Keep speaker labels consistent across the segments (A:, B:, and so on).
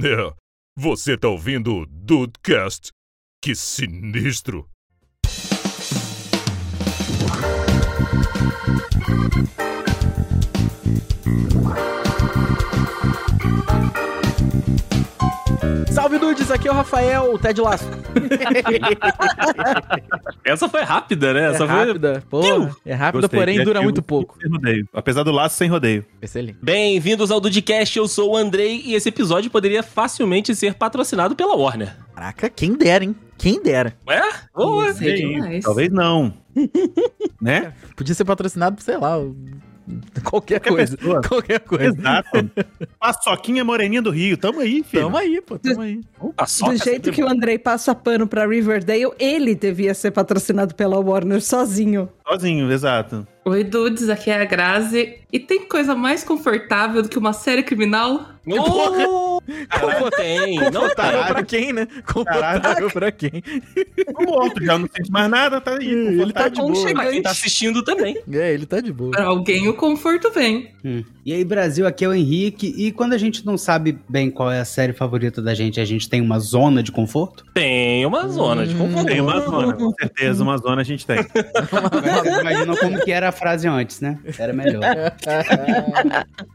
A: É, você tá ouvindo o Dudecast? Que sinistro!
B: Salve Dudes, aqui é o Rafael, o Ted Lasso.
C: Essa foi rápida, né? Essa
B: é
C: foi
B: rápida, pô. É rápida,
D: Gostei.
B: porém dura
D: Criativo
B: muito pouco.
D: sem rodeio. Apesar do laço sem rodeio.
B: Excelente.
C: Bem-vindos ao Dudcast, eu sou o Andrei e esse episódio poderia facilmente ser patrocinado pela Warner.
B: Caraca, quem dera, hein? Quem dera.
C: É? Boa.
E: Sei demais.
D: Talvez não. né?
B: Podia ser patrocinado, por, sei lá, qualquer coisa.
D: pessoa.
B: Qualquer coisa.
D: Exato. Paçoquinha moreninha do Rio. Tamo aí, filho.
B: Tamo aí, pô, tamo aí.
C: A soca
E: Do jeito
C: sempre
E: que o Andrei passa pano pra Riverdale, ele devia ser patrocinado pela Warner sozinho.
D: Sozinho, exato.
F: Oi, dudes, aqui é a Grazi. E tem coisa mais confortável do que uma série criminal?
C: Oh, não tem, não
B: Confortável
D: Caralho.
B: pra quem, né? Confortável pra quem.
D: O outro já não sente mais nada, tá aí.
B: Ih, ele tá de boa.
C: tem. Pra
E: Aconchegante.
C: quem tá assistindo também.
B: É, ele tá de boa.
F: Pra alguém o conforto vem.
G: E aí, Brasil, aqui é o Henrique. E quando a gente não sabe bem qual é a série favorita da gente, a gente tem uma zona de conforto?
C: Tem uma zona de conforto.
D: Tem uma zona, com certeza. Uma zona a gente tem.
G: Mas Imagina como que era a frase antes, né? Era melhor.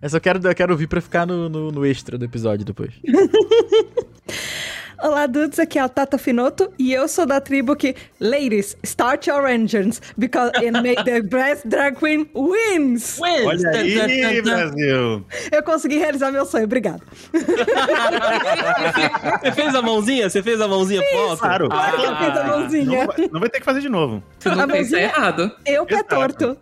B: Essa eu quero, eu quero ouvir pra ficar no, no, no extra do episódio depois.
E: Olá, dudes, aqui é a Tata Finoto e eu sou da tribo que, ladies, start your engines, because and make the best drag queen wins!
D: Olha aí, Brasil.
E: Eu consegui realizar meu sonho, obrigada.
C: Você fez a mãozinha? Você fez a mãozinha foto?
B: Ah.
D: Claro.
E: Claro que eu fiz a mãozinha.
D: Ah, Não vai, não vai ter que fazer de novo.
F: Tu não
E: A
F: pensa
E: mãozinha-
F: errado.
E: Eu pé
D: Exato.
E: torto.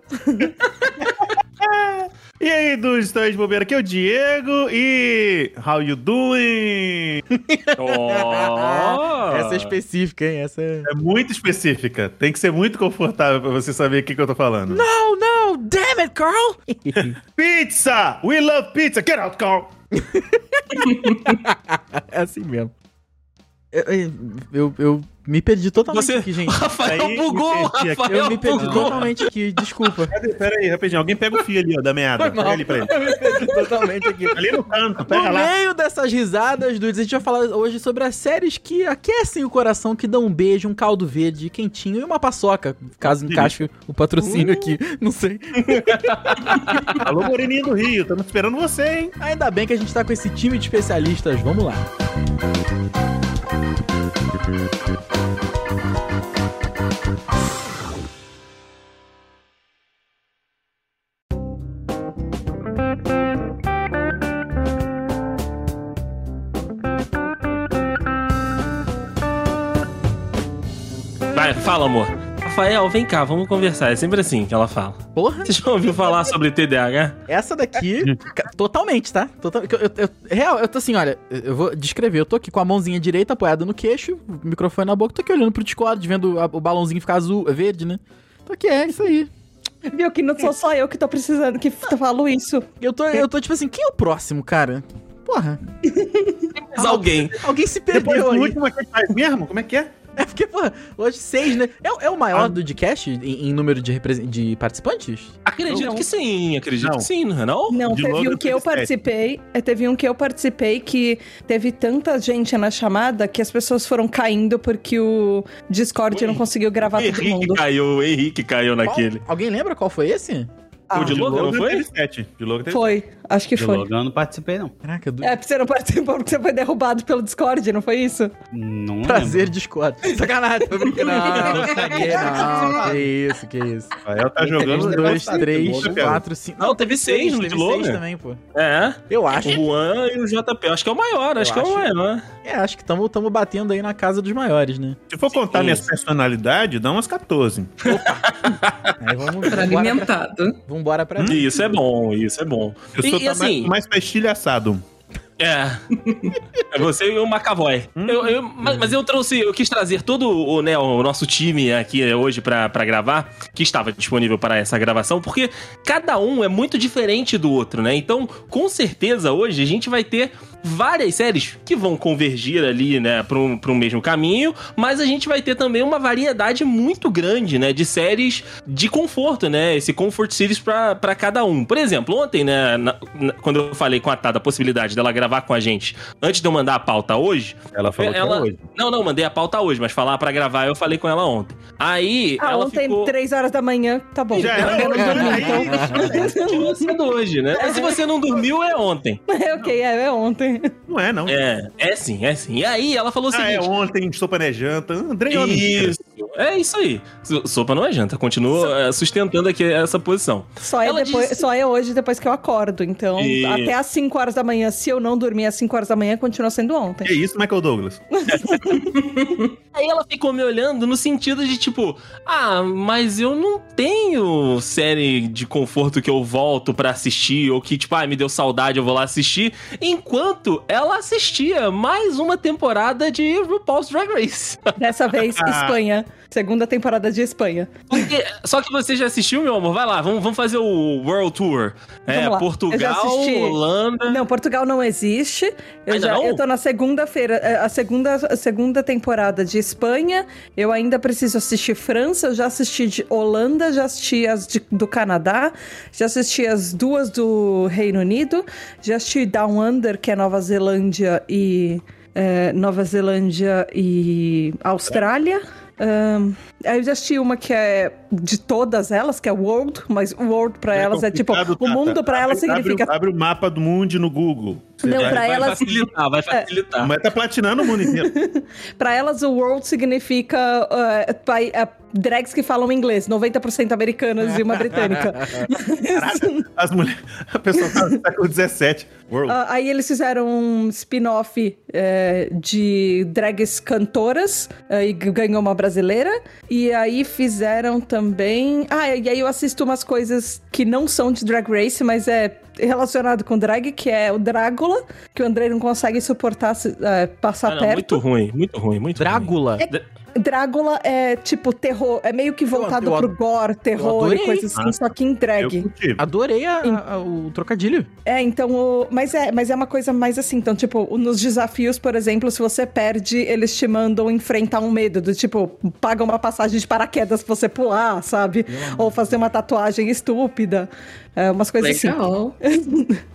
D: E aí, dos Estões de Bobeira, aqui é o Diego e... How you doing?
C: Oh.
B: Essa é específica, hein? Essa é.
D: É muito específica. Tem que ser muito confortável pra você saber o que, que eu tô falando.
B: Oh, não! Damn it, Carl!
D: Pizza! We love pizza! Get out, Carl!
B: É assim mesmo. Eu, eu, eu me perdi totalmente
C: Você-
B: aqui, gente.
C: Rafael
D: Aí,
C: bugou,
D: me perdi aqui.
C: Rafael
B: Eu me perdi
C: bugou.
B: totalmente aqui, desculpa.
D: Cadê? Pera aí, rapidinho. Alguém pega o fio ali, ó, da meada.
B: Foi mal.
D: Pega ali pra ele.
B: Eu me perdi totalmente aqui.
D: Ali no canto, pega
B: No
D: lá.
B: meio dessas risadas, dudes, a gente vai falar hoje sobre as séries que aquecem o coração, que dão um beijo, um caldo verde quentinho e uma paçoca, caso encaixe o patrocínio aqui. Não sei.
D: Alô, Moreninha do Rio. Estamos esperando você, hein?
B: Ainda bem que a gente tá com esse time de especialistas. Vamos lá.
C: Vai, fala, amor. Rafael, vem cá, vamos conversar. É sempre assim que ela fala.
B: Porra,
C: Você já ouviu falar sobre TDAH?
B: essa daqui, ca- totalmente, tá? Total, eu, eu- eu- real, eu tô assim, olha, eu- eu vou descrever. Eu tô aqui com a mãozinha direita apoiada no queixo, o microfone na boca, tô aqui olhando pro Discord, vendo a- o balãozinho ficar azul, verde, né? Tô aqui, é isso aí.
E: Viu que não sou só eu que tô precisando, que f- falo isso.
B: Eu tô, eu tô tipo assim, quem é o próximo, cara? Porra,
C: Mas alguém.
B: alguém se
D: Depois
B: perdeu
D: o
B: aí.
D: último é que faz mesmo? Como é que é?
B: É porque, porra, hoje seis, né? É, é o maior
D: Ah.
B: do podcast em, em número de, represen- de participantes?
C: Acredito que sim, acredito
D: Não.
C: que sim, não é não?
E: Não,
D: De
E: teve
D: logo
E: um que
D: teve
E: eu
D: sete.
E: participei. é, Teve um que eu participei que teve tanta gente na chamada que as pessoas foram caindo porque o Discord
C: Ui.
E: não conseguiu gravar todo
C: Henrique
E: mundo.
C: caiu, o Henrique caiu
B: Qual-
C: naquele.
B: Alguém lembra qual foi esse?
E: Ah,
C: o de Logan, não foi?
D: teve sete. De logo teve
E: Foi, acho que
G: De
E: foi.
G: logo eu não participei, não.
B: Caraca, do...
E: É, porque você não participou porque você foi derrubado pelo Discord, não foi isso?
G: Não
B: prazer Discord. Sacanagem, tô brincando. Não, não, Ah, que isso, que isso.
D: sete. Rafael tá jogando
B: Um,
G: Jogamos
B: dois,
G: bastante,
B: três,
D: Logan.
B: quatro, cinco.
C: Não, teve seis no
B: teve
C: de
B: seis
C: Logan.
B: também, pô.
C: É.
B: Eu acho.
C: O Juan e o JP. Acho que é o maior, acho que é o
B: acho.
C: maior.
B: É, acho que estamos batendo aí na casa dos maiores, né?
D: Se for contar
C: Sim.
D: minhas personalidades, dá umas 14.
B: Aí vamos vambora pra,
F: Fragmentado.
B: vambora pra
C: E Isso é bom, isso é bom.
D: Eu
C: E-
D: sou
C: e
D: tá
C: assim-
D: mais, mais pastilha assado.
C: É. é você e o Macavoy. Eu, eu- mas, mas eu trouxe, eu quis trazer todo o, né, o nosso time aqui né, hoje pra, pra gravar, que estava disponível para essa gravação, porque cada um é muito diferente do outro, né? Então, com certeza, hoje a gente vai ter várias séries que vão convergir ali, né, para um, pra um mesmo caminho, mas a gente vai ter também uma variedade muito grande, né, de séries de conforto, né, esse comfort series pra pra cada um. Por exemplo, ontem, né, na- na- quando eu falei com a Tada a possibilidade dela gravar gravar com a gente antes de eu mandar a pauta hoje.
H: Ela falou que
C: Ela-
H: é hoje.
C: Não, não, mandei a pauta hoje, mas falar pra gravar eu falei com ela ontem. Aí
E: Ah,
C: ela
E: ontem,
C: ficou.
E: três horas da manhã, tá bom.
D: Já era hoje, né?
C: Continua sendo hoje, né? Mas se você não dormiu, é ontem.
E: É, ok, é, é ontem.
D: Não é, não.
C: É, é sim, é sim. E aí ela falou o
D: Ah, é
C: seguinte.
D: ontem, sopa não é janta. Andrei, homem.
C: Isso, é isso aí. So- Sopa não é janta, continua eh, sustentando aqui essa posição.
E: Só é,
C: Ela
E: depois,
C: disse-
E: só é hoje depois que eu acordo. Então,
C: Isso.
E: até às 5 horas da manhã, se eu não dormir às 5 horas da manhã, continua sendo ontem.
D: Que isso, Michael Douglas?
C: Aí ela ficou me olhando no sentido de tipo, ah, mas eu não tenho série de conforto que eu volto pra assistir ou que tipo, ah, me deu saudade, eu vou lá assistir, enquanto ela assistia mais uma temporada de RuPaul's Drag Race.
E: Dessa vez, Espanha. Segunda temporada de Espanha.
C: Porque- só que você já assistiu, meu amor, vai lá, vamos, vamos fazer o World Tour. É,
E: Vamos lá. Eu já
C: Portugal,
E: assisti.
C: Holanda.
E: Não, Portugal não existe. Eu
C: Ainda
E: já
C: não?
E: eu tô na segunda-feira, é, a segunda, a segunda temporada de Espanha. Eu ainda preciso assistir França, eu já assisti de Holanda, já assisti as de- do Canadá, já assisti as duas do Reino Unido, já assisti Down Under, que é Nova Zelândia e é, Nova Zelândia e Austrália. Ahn, Aí eu já assisti uma que é de todas elas, que é World, mas World pra elas é tipo,
D: complicado,
E: o mundo
D: Tata.
E: pra elas
D: Abre-
E: significa
D: Abre, abre o mapa do mundo no Google. Você
E: Não,
D: vai-
E: pra
C: vai
E: elas-
C: facilitar, vai facilitar.
D: Mas tá platinando o mundo inteiro.
E: Pra elas, o world significa eh, pai- eh, drags que falam inglês, 90% americanas e uma britânica.
D: As mulheres. A pessoa tá no século 17. World.
E: Ah, aí eles fizeram um spin-off eh, de drags cantoras eh, e g- ganhou uma brasileira. E aí fizeram também. Ah, e aí eu assisto umas coisas que não são de drag race, mas é relacionado com drag, que é o Drácula, que o André não consegue suportar se- eh, passar
C: Ah, não,
E: perto.
C: muito ruim, muito ruim, muito ruim.
B: Drácula.
E: Drácula é tipo terror, é meio que voltado
B: eu
E: pro gore, terror
B: adorei.
E: e coisa assim, só que em
D: Eu
E: drag.
D: curti.
C: Ah,
B: Adorei a- a- o trocadilho.
E: É, então, o- mas é, mas é uma coisa mais assim, então tipo, o- nos desafios, por exemplo, se você perde, eles te mandam enfrentar um medo do tipo, paga uma passagem de paraquedas pra você pular, sabe? Ou fazer uma tatuagem estúpida, é, umas coisas assim.
F: Legal.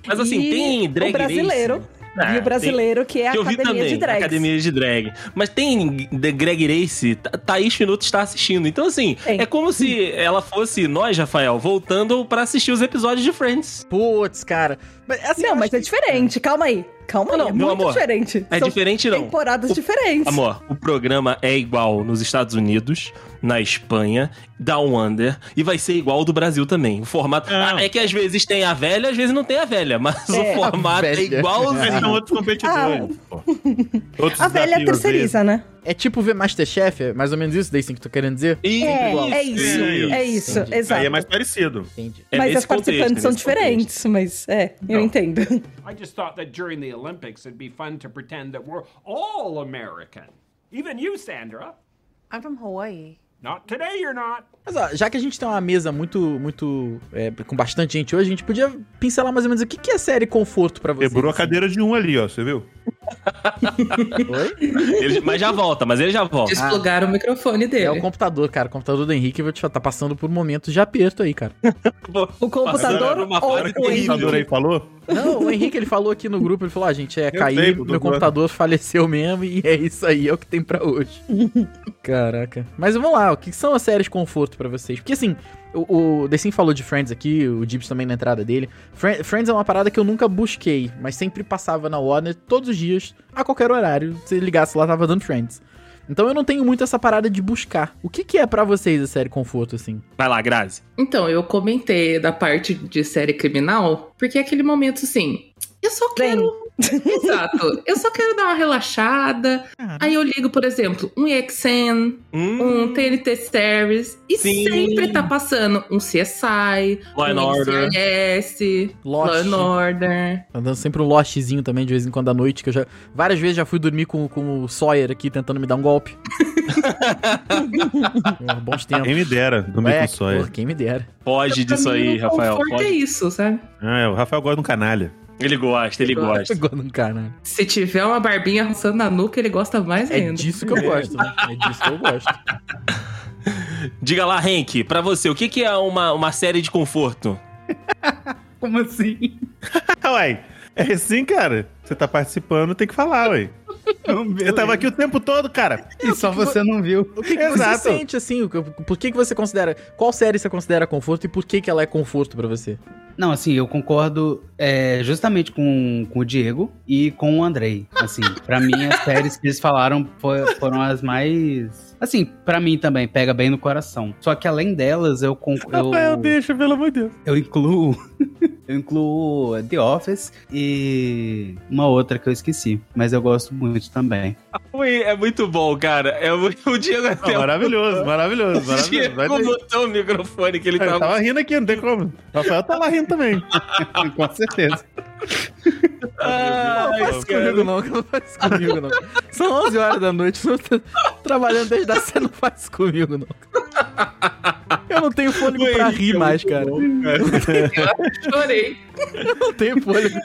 C: Mas assim,
E: E
C: tem drag
E: o brasileiro,
C: race. Ah,
E: e
C: tem-
E: o brasileiro que é a
C: que eu vi
E: academia de
C: também,
E: drags.
C: academia de drag. Mas tem The Greg Race, Tha- Thaís Minuto está assistindo. Então, assim,
E: Tem.
C: é como se ela fosse nós, Rafael, voltando pra assistir os episódios de Friends.
B: Putz, cara. Mas, assim, eu
E: Não,
B: acho
E: mas é
B: que-
E: diferente, calma aí. Calma aí,
C: Não,
E: é
C: meu
E: muito
C: amor,
E: diferente.
C: É
E: São
C: diferente, não.
E: temporadas
C: O-
E: diferentes.
C: Amor, o programa é igual nos Estados Unidos, na Espanha, Down Under, e vai ser igual ao do Brasil também. O formato.
D: Não.
C: Ah, é que às vezes tem a velha, às vezes não tem a velha, mas
E: É.
C: o formato é
B: velha.
D: Mas são
C: igualzinho.
D: outros competidores. pô. Outros
E: Ah. A velha
D: desafios, às vezes.
E: terceiriza, né?
B: É tipo ver Masterchef, é mais ou menos isso, Dacing, que tu querendo dizer?
C: E-
E: É, é isso,
D: Isso,
E: é isso,
B: entendi.
E: exato.
D: Aí é mais parecido.
B: Entendi.
C: É
E: mas
C: nesse
E: as participantes
C: contexto,
E: são
C: nesse
E: diferentes, mas é, eu entendo.
I: I just thought that during the Olympics it'd be fun to pretend that we're all American. Even you, Sandra.
J: I'm from Hawaii.
I: Not today, you're not.
B: Mas ó, já que a gente tem uma mesa muito, muito. é, com bastante gente hoje, a gente podia pincelar mais ou menos o que, que é série conforto pra você.
D: Quebrou a cadeira de um ali, ó. Você viu?
C: Ele- mas já volta, mas ele já volta.
F: Desplugaram o microfone
B: É o
F: dele.
B: computador, cara. O computador do Henrique vou te falar, tá passando por momentos de aperto aí, cara.
E: O computador
C: Passando uma tá
E: ou
C: fase
E: o
D: O
C: terrível.
E: Henrique?
D: computador aí falou?
B: Não, o Henrique ele falou aqui no grupo, ele falou: ah, gente, é,
D: Eu
B: caiu,
D: sei,
B: meu
D: Dudu.
B: computador faleceu mesmo, e é isso aí, é o que tem pra hoje. Caraca. Mas vamos lá, o que são as séries conforto pra vocês? Porque assim, o, o The Sim falou de Friends aqui, o Gibbs também na entrada dele. Fri- Friends é uma parada que eu nunca busquei, mas sempre passava na Warner todos os dias, a qualquer horário. Se ligasse lá, tava dando Friends. Então eu não tenho muito essa parada de buscar. O que, que é pra vocês a série conforto, assim?
C: Vai lá, Grazi.
F: Então, eu comentei da parte de série criminal, porque é aquele momento assim. Eu só
E: Bem.
F: quero. Exato. Eu só quero dar uma relaxada. Aí eu ligo, por exemplo, um EXN,
C: Hum,
F: um TNT Series. E
C: Sim.
F: sempre tá passando um CSI,
C: Law and
F: um
C: Order.
F: NCIS,
B: Lost.
F: Law and Order.
B: Tá dando sempre um lostzinho também, de vez em quando à noite, que eu já. Várias vezes já fui dormir com, com o Sawyer aqui tentando me dar um golpe. Hum, Bons tempos.
D: Quem me dera, do Milton
B: porra,
D: Sawyer.
B: quem me dera.
C: Foge
F: Então, Pra
C: disso
F: mim,
C: aí,
F: o
C: Rafael.
F: Conforto é
C: foge.
F: isso, sabe?
D: Ah, é, o Rafael gosta de um canalha.
C: Ele gosta, ele gosta.
B: Igual num cara. né?
F: Se tiver uma barbinha roçando na nuca, ele gosta mais
B: É
F: ainda.
B: disso que eu gosto. né? É disso que eu gosto.
C: Diga lá, Henk, pra você, o que, que é uma, uma série de conforto?
G: Como assim?
D: Uai, é assim, cara? Você tá participando, tem que falar, ué. Eu tava aqui o tempo todo, cara.
G: E só você não viu.
B: O que, que você
D: Exato.
B: sente, assim? o que- Por que, que você considera... Qual série você considera conforto e por que, que ela é conforto pra você?
G: Não, assim, eu concordo é, justamente com, com o Diego e com o Andrei. Assim, pra mim, as séries que eles falaram fo- foram as mais. Assim, pra mim também, pega bem no coração. Só que além delas, eu. con-
D: Rafael,
G: eu,
D: deixa, pelo amor de Deus.
G: eu incluo. eu incluo The Office e uma outra que eu esqueci. Mas eu gosto muito também.
C: Ui, é muito bom, cara. É muito- o Diego
D: Não,
C: até.
D: maravilhoso, maravilhoso,
C: o
D: maravilhoso.
C: Diego
D: Vai daí.
C: botou o microfone que ele
D: Eu
C: tava.
D: tava rindo aqui, não tem como. Rafael tá lá rindo também.
G: com certeza.
C: Ah,
B: Não faz comigo não, que não faz comigo não. São 11 horas da noite, não tô trabalhando desde a cena, não faz comigo não. Eu não tenho fôlego pra
C: é
B: rir mais, cara.
F: Chorei.
B: Eu não tenho fôlego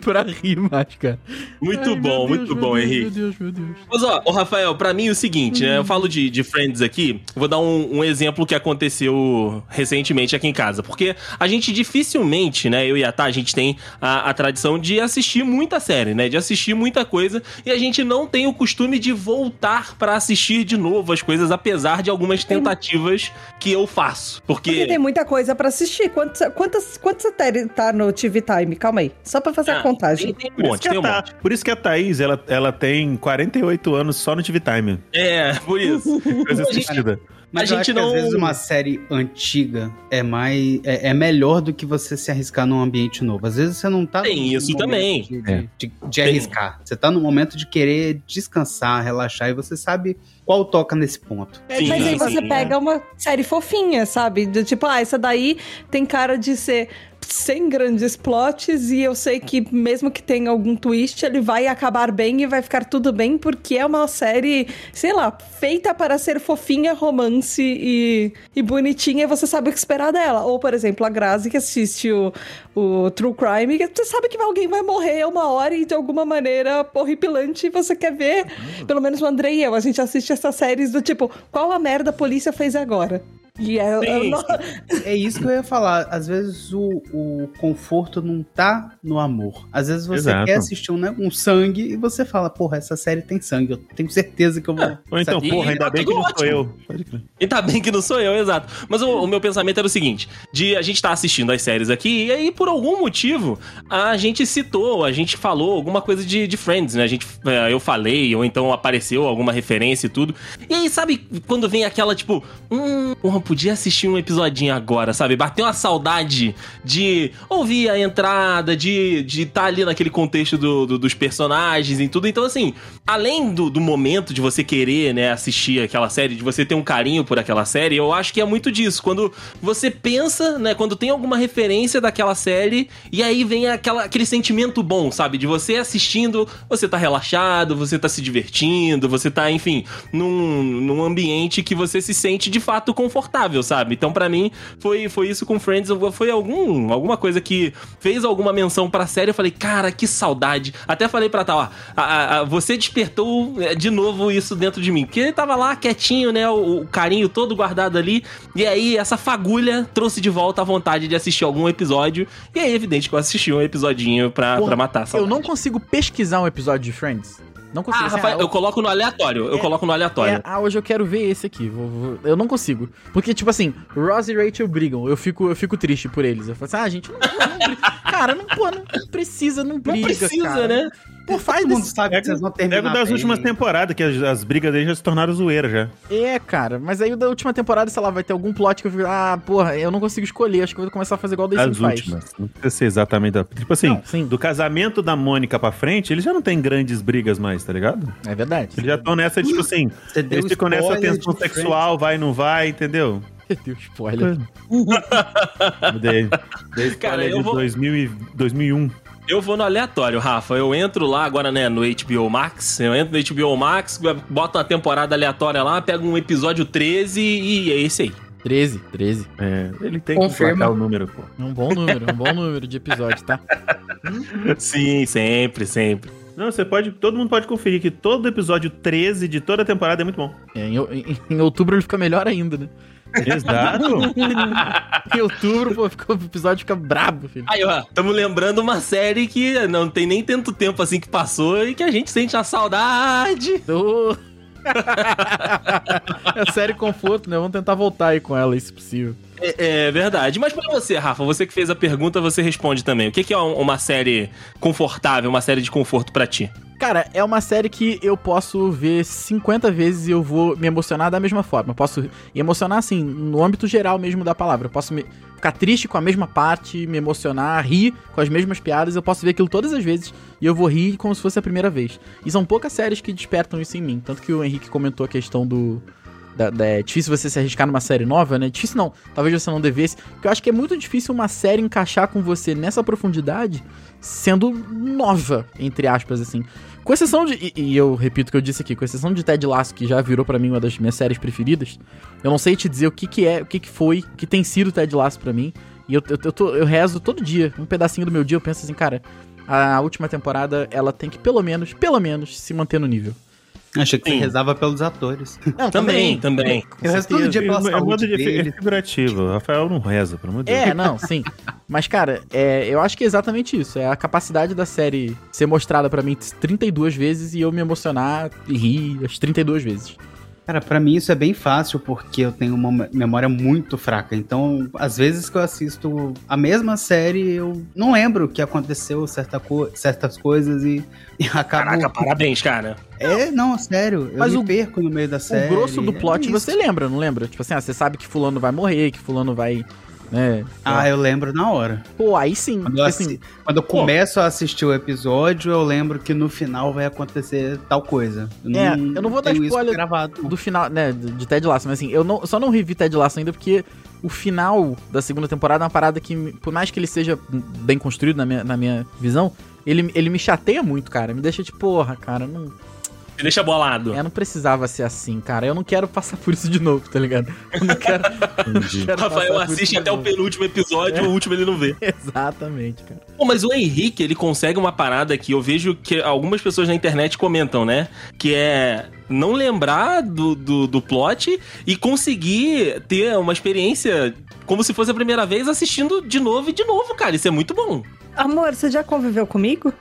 B: pra rir mais, cara.
C: Muito
B: Ai, meu
C: bom,
B: Deus, meu
C: muito bom,
B: Deus,
C: Henrique.
B: Meu Deus, meu Deus.
C: Mas ó, ô Rafael, pra mim é o seguinte, né?
E: Hum.
C: Eu falo de, de Friends aqui, eu vou dar um, um exemplo que aconteceu recentemente aqui em casa. Porque a gente dificilmente, né? Eu e a Tá, a gente tem a, a tradição de assistir muita série, né? De assistir muita coisa. E a gente não tem o costume de voltar pra assistir de novo as coisas, apesar de algumas tentativas que eu faço.
E: Porque tem
C: Porque.
E: muita coisa pra assistir. Quantas, quantas, quantas séries tá no TV Time? Calma aí. Só pra fazer
C: Ah,
E: a contagem.
C: tem
D: Por
C: um
D: isso,
C: monte,
D: que
C: tem
D: a
C: um
E: tá.
D: Tha-
C: monte.
D: por isso que a Thaís, ela, ela tem 48 anos só no TV Time.
C: É, por isso.
D: Coisa
C: A gente-
D: assistida.
G: Mas
C: A
G: eu
C: gente
G: acho que,
C: não-
G: às vezes uma série antiga é mais é, é melhor do que você se arriscar num ambiente novo. Às vezes você não tá
C: Tem
G: num
C: isso
G: momento
C: também.
G: de, de-
D: É.
G: de- de arriscar. Você tá no momento de querer descansar, relaxar e você sabe qual toca nesse ponto.
C: Sim,
E: É, Mas aí
C: sim,
E: você
C: sim, é.
E: pega uma série fofinha, sabe? Do tipo, ah, essa daí tem cara de ser sem grandes plots e eu sei que mesmo que tenha algum twist, ele vai acabar bem e vai ficar tudo bem porque é uma série, sei lá, feita para ser fofinha, romance e, e bonitinha e você sabe o que esperar dela. Ou, por exemplo, a Grazi que assiste o, o True Crime, que você sabe que alguém vai morrer uma hora e de alguma maneira horripilante você quer ver.
C: Uhum.
E: Pelo menos o André e eu, a gente assiste essas séries do tipo, qual a merda a polícia fez agora? E é, é-
C: Sim,
E: no-
G: É isso que eu ia falar. Às vezes o, o conforto não tá no amor. Às vezes você
D: Exato.
G: quer assistir um, né, um sangue e você fala, porra, essa série tem sangue. Eu tenho certeza que eu vou.
D: Ou então,
G: sabe?
D: porra, ainda
C: tá
D: bem que
C: tudo
D: não sou
C: ótimo.
D: eu. Pode crer.
C: E tá bem que não sou eu, exato. Mas o, o meu pensamento era o seguinte: de a gente tá assistindo as séries aqui, e aí, por algum motivo, a gente citou, a gente falou alguma coisa de, de Friends, né? A gente, é, eu falei, ou então apareceu alguma referência e tudo. E aí, sabe, quando vem aquela, tipo, hum, porra, podia assistir um episodinho agora, sabe? Bateu uma saudade de ouvir a entrada, de estar de tá ali naquele contexto do, do- dos personagens e tudo. Então, assim, além do, do momento de você querer, né, assistir aquela série, de você ter um carinho por aquela série, eu acho que é muito disso. Quando você pensa, né, quando tem alguma referência daquela série, e aí vem aquela, aquele sentimento bom, sabe? De você assistindo, você tá relaxado, você tá se divertindo, você tá, enfim, num, num ambiente que você se sente de fato confortável, sabe? Então, pra mim, foi, foi isso com Friends. eu- Foi algum, alguma coisa que fez alguma menção pra série. Eu falei, cara, que saudade. Até falei pra tal, ó, a- a- a- você despertou é, de novo isso dentro de mim. Porque ele tava lá quietinho, né? O, o carinho todo guardado ali. E aí, essa fagulha trouxe de volta a vontade de assistir algum episódio. E aí, é evidente que eu assisti um episodinho pra,
B: Porra,
C: pra matar a
B: Eu
C: saudade.
B: não consigo pesquisar um episódio de Friends. Não consigo.
C: Ah,
B: assim,
C: Rafael,
B: ah,
C: eu coloco no aleatório. Eu coloco no
B: É,
C: aleatório.
B: ah, hoje eu quero ver esse aqui. vou- vou- eu não consigo. Porque, tipo assim, Ross e Rachel brigam. Eu fico, eu fico triste por eles. Eu falo assim, ah, gente, não, não, não briga. Cara, não, pô, não precisa, não briga.
C: Não precisa,
B: cara.
C: né?
B: Pô, faz
G: Todo mundo
B: desse...
G: sabe que vocês vão terminar.
D: Pega o das
G: bem.
D: últimas temporadas, que as, as brigas aí já se tornaram zoeira já.
B: É, cara. Mas aí o da última temporada, sei lá, vai ter algum plot que eu fico, ah, porra, eu não consigo escolher. Acho que eu vou começar a fazer igual o The
D: As
B: Sims faz.
D: últimas. Não precisa ser exatamente da. Tipo assim,
B: Não, sim.
D: do casamento da Mônica pra frente, eles já não têm grandes brigas mais, tá ligado?
B: É verdade.
D: Eles já estão nessa, tipo assim,
G: Você deu um
D: eles ficam nessa
G: spoiler
D: tensão
G: de Friends.
D: sexual, vai, não vai, entendeu?
B: Meu Deus, spoiler.
D: Mudei.
C: Cara,
D: Olha,
C: eu
D: de
C: vou-
D: 2000 e 2001.
C: Eu vou no aleatório, Rafa. Eu entro lá agora, né, no HBO Max. Eu entro no HBO Max, boto uma temporada aleatória lá, pego um episódio 13 e é esse aí.
B: 13, 13.
D: É, ele tem
F: Confirma.
D: que placar o número, pô.
B: É um bom número, é um bom número de episódios, tá?
C: Sim, sempre, sempre.
D: Não, você pode. Todo mundo pode conferir que todo episódio 13 de toda a temporada é muito bom.
B: É, em, em- em outubro ele fica melhor ainda, né?
D: Exato.
B: Em outubro, pô, ficou- o episódio fica brabo, filho.
C: Aí, ó, tamo lembrando uma série que não tem nem tanto tempo assim que passou e que a gente sente a saudade.
B: Ô. é série conforto, né? Vamos tentar voltar aí com ela, se possível.
C: É, é verdade. Mas pra você, Rafa, você que fez a pergunta, você responde também. O que, que é um- uma série confortável, uma série de conforto pra ti?
B: Cara, é uma série que eu posso ver 50 vezes e eu vou me emocionar da mesma forma. Eu posso e emocionar, assim, no âmbito geral mesmo da palavra. Eu posso me- ficar triste com a mesma parte, me emocionar, rir com as mesmas piadas. Eu posso ver aquilo todas as vezes e eu vou rir como se fosse a primeira vez. E são poucas séries que despertam isso em mim. Tanto que o Henrique comentou a questão do. da- da- é difícil você se arriscar numa série nova, né? Difícil não. Talvez você não devesse. Porque eu acho que é muito difícil uma série encaixar com você nessa profundidade sendo nova, entre aspas, assim. Com exceção de. E, e eu repito o que eu disse aqui, com exceção de Ted Lasso, que já virou pra mim uma das minhas séries preferidas, eu não sei te dizer o que, que é, o que, que foi, o que tem sido Ted Lasso pra mim. E eu, eu, eu tô- eu rezo todo dia, um pedacinho do meu dia, eu penso assim, cara, a última temporada ela tem que pelo menos, pelo menos, se manter no nível.
G: Achei que você
C: Sim.
G: rezava pelos atores.
B: Não,
C: Também, também.
G: Eu rezo todo dia pela
D: É modo
G: saúde
D: de é
G: dele.
D: figurativo. Rafael não reza, pelo amor de Deus.
B: É, não, sim. Mas, cara, é, eu acho que é exatamente isso. É a capacidade da série ser mostrada pra mim 32 vezes e eu me emocionar e rir as 32 vezes.
G: Cara, pra mim isso é bem fácil porque eu tenho uma me- memória muito fraca. Então, às vezes que eu assisto a mesma série, eu não lembro o que aconteceu, certa co- certas coisas e, e acabo.
C: Caraca, parabéns, cara.
G: É, não, sério. Eu
B: Mas
G: me
B: o-
G: perco no meio da série.
B: O grosso do
G: é
B: plot
G: isso.
B: você lembra, não lembra? Tipo assim, ah, você sabe que fulano vai morrer, que fulano vai. Né?
G: Ah, eu lembro na hora.
B: Pô, aí sim.
G: Quando
B: porque
G: eu,
B: assim,
G: assi- quando eu começo a assistir o episódio, eu lembro que no final vai acontecer tal coisa.
B: É, eu não vou dar
G: tenho isso
B: spoiler
G: gravado. não.
B: do final, né, de de Ted Lasso, mas assim, eu não, só não revi Ted Lasso ainda porque o final da segunda temporada é uma parada que, me- por mais que ele seja bem construído na minha, na minha visão, ele, ele me chateia muito, cara. Me deixa de porra, cara. Não,
C: Me deixa bolado.
B: eu não precisava ser assim, cara. Eu não quero passar por isso de novo, tá ligado? Eu não quero.
D: Entendi.
B: quero
C: Rafael
B: passar por tá isso
C: assiste
B: de
C: até o
B: novo.
C: penúltimo episódio, o último ele não vê.
B: Exatamente, cara.
C: Pô, mas o Henrique, ele consegue uma parada que eu vejo que algumas pessoas na internet comentam, né? Que é não lembrar do, do, do plot e conseguir ter uma experiência como se fosse a primeira vez assistindo de novo e de novo, cara. Isso é muito bom.
E: Amor, você já conviveu comigo?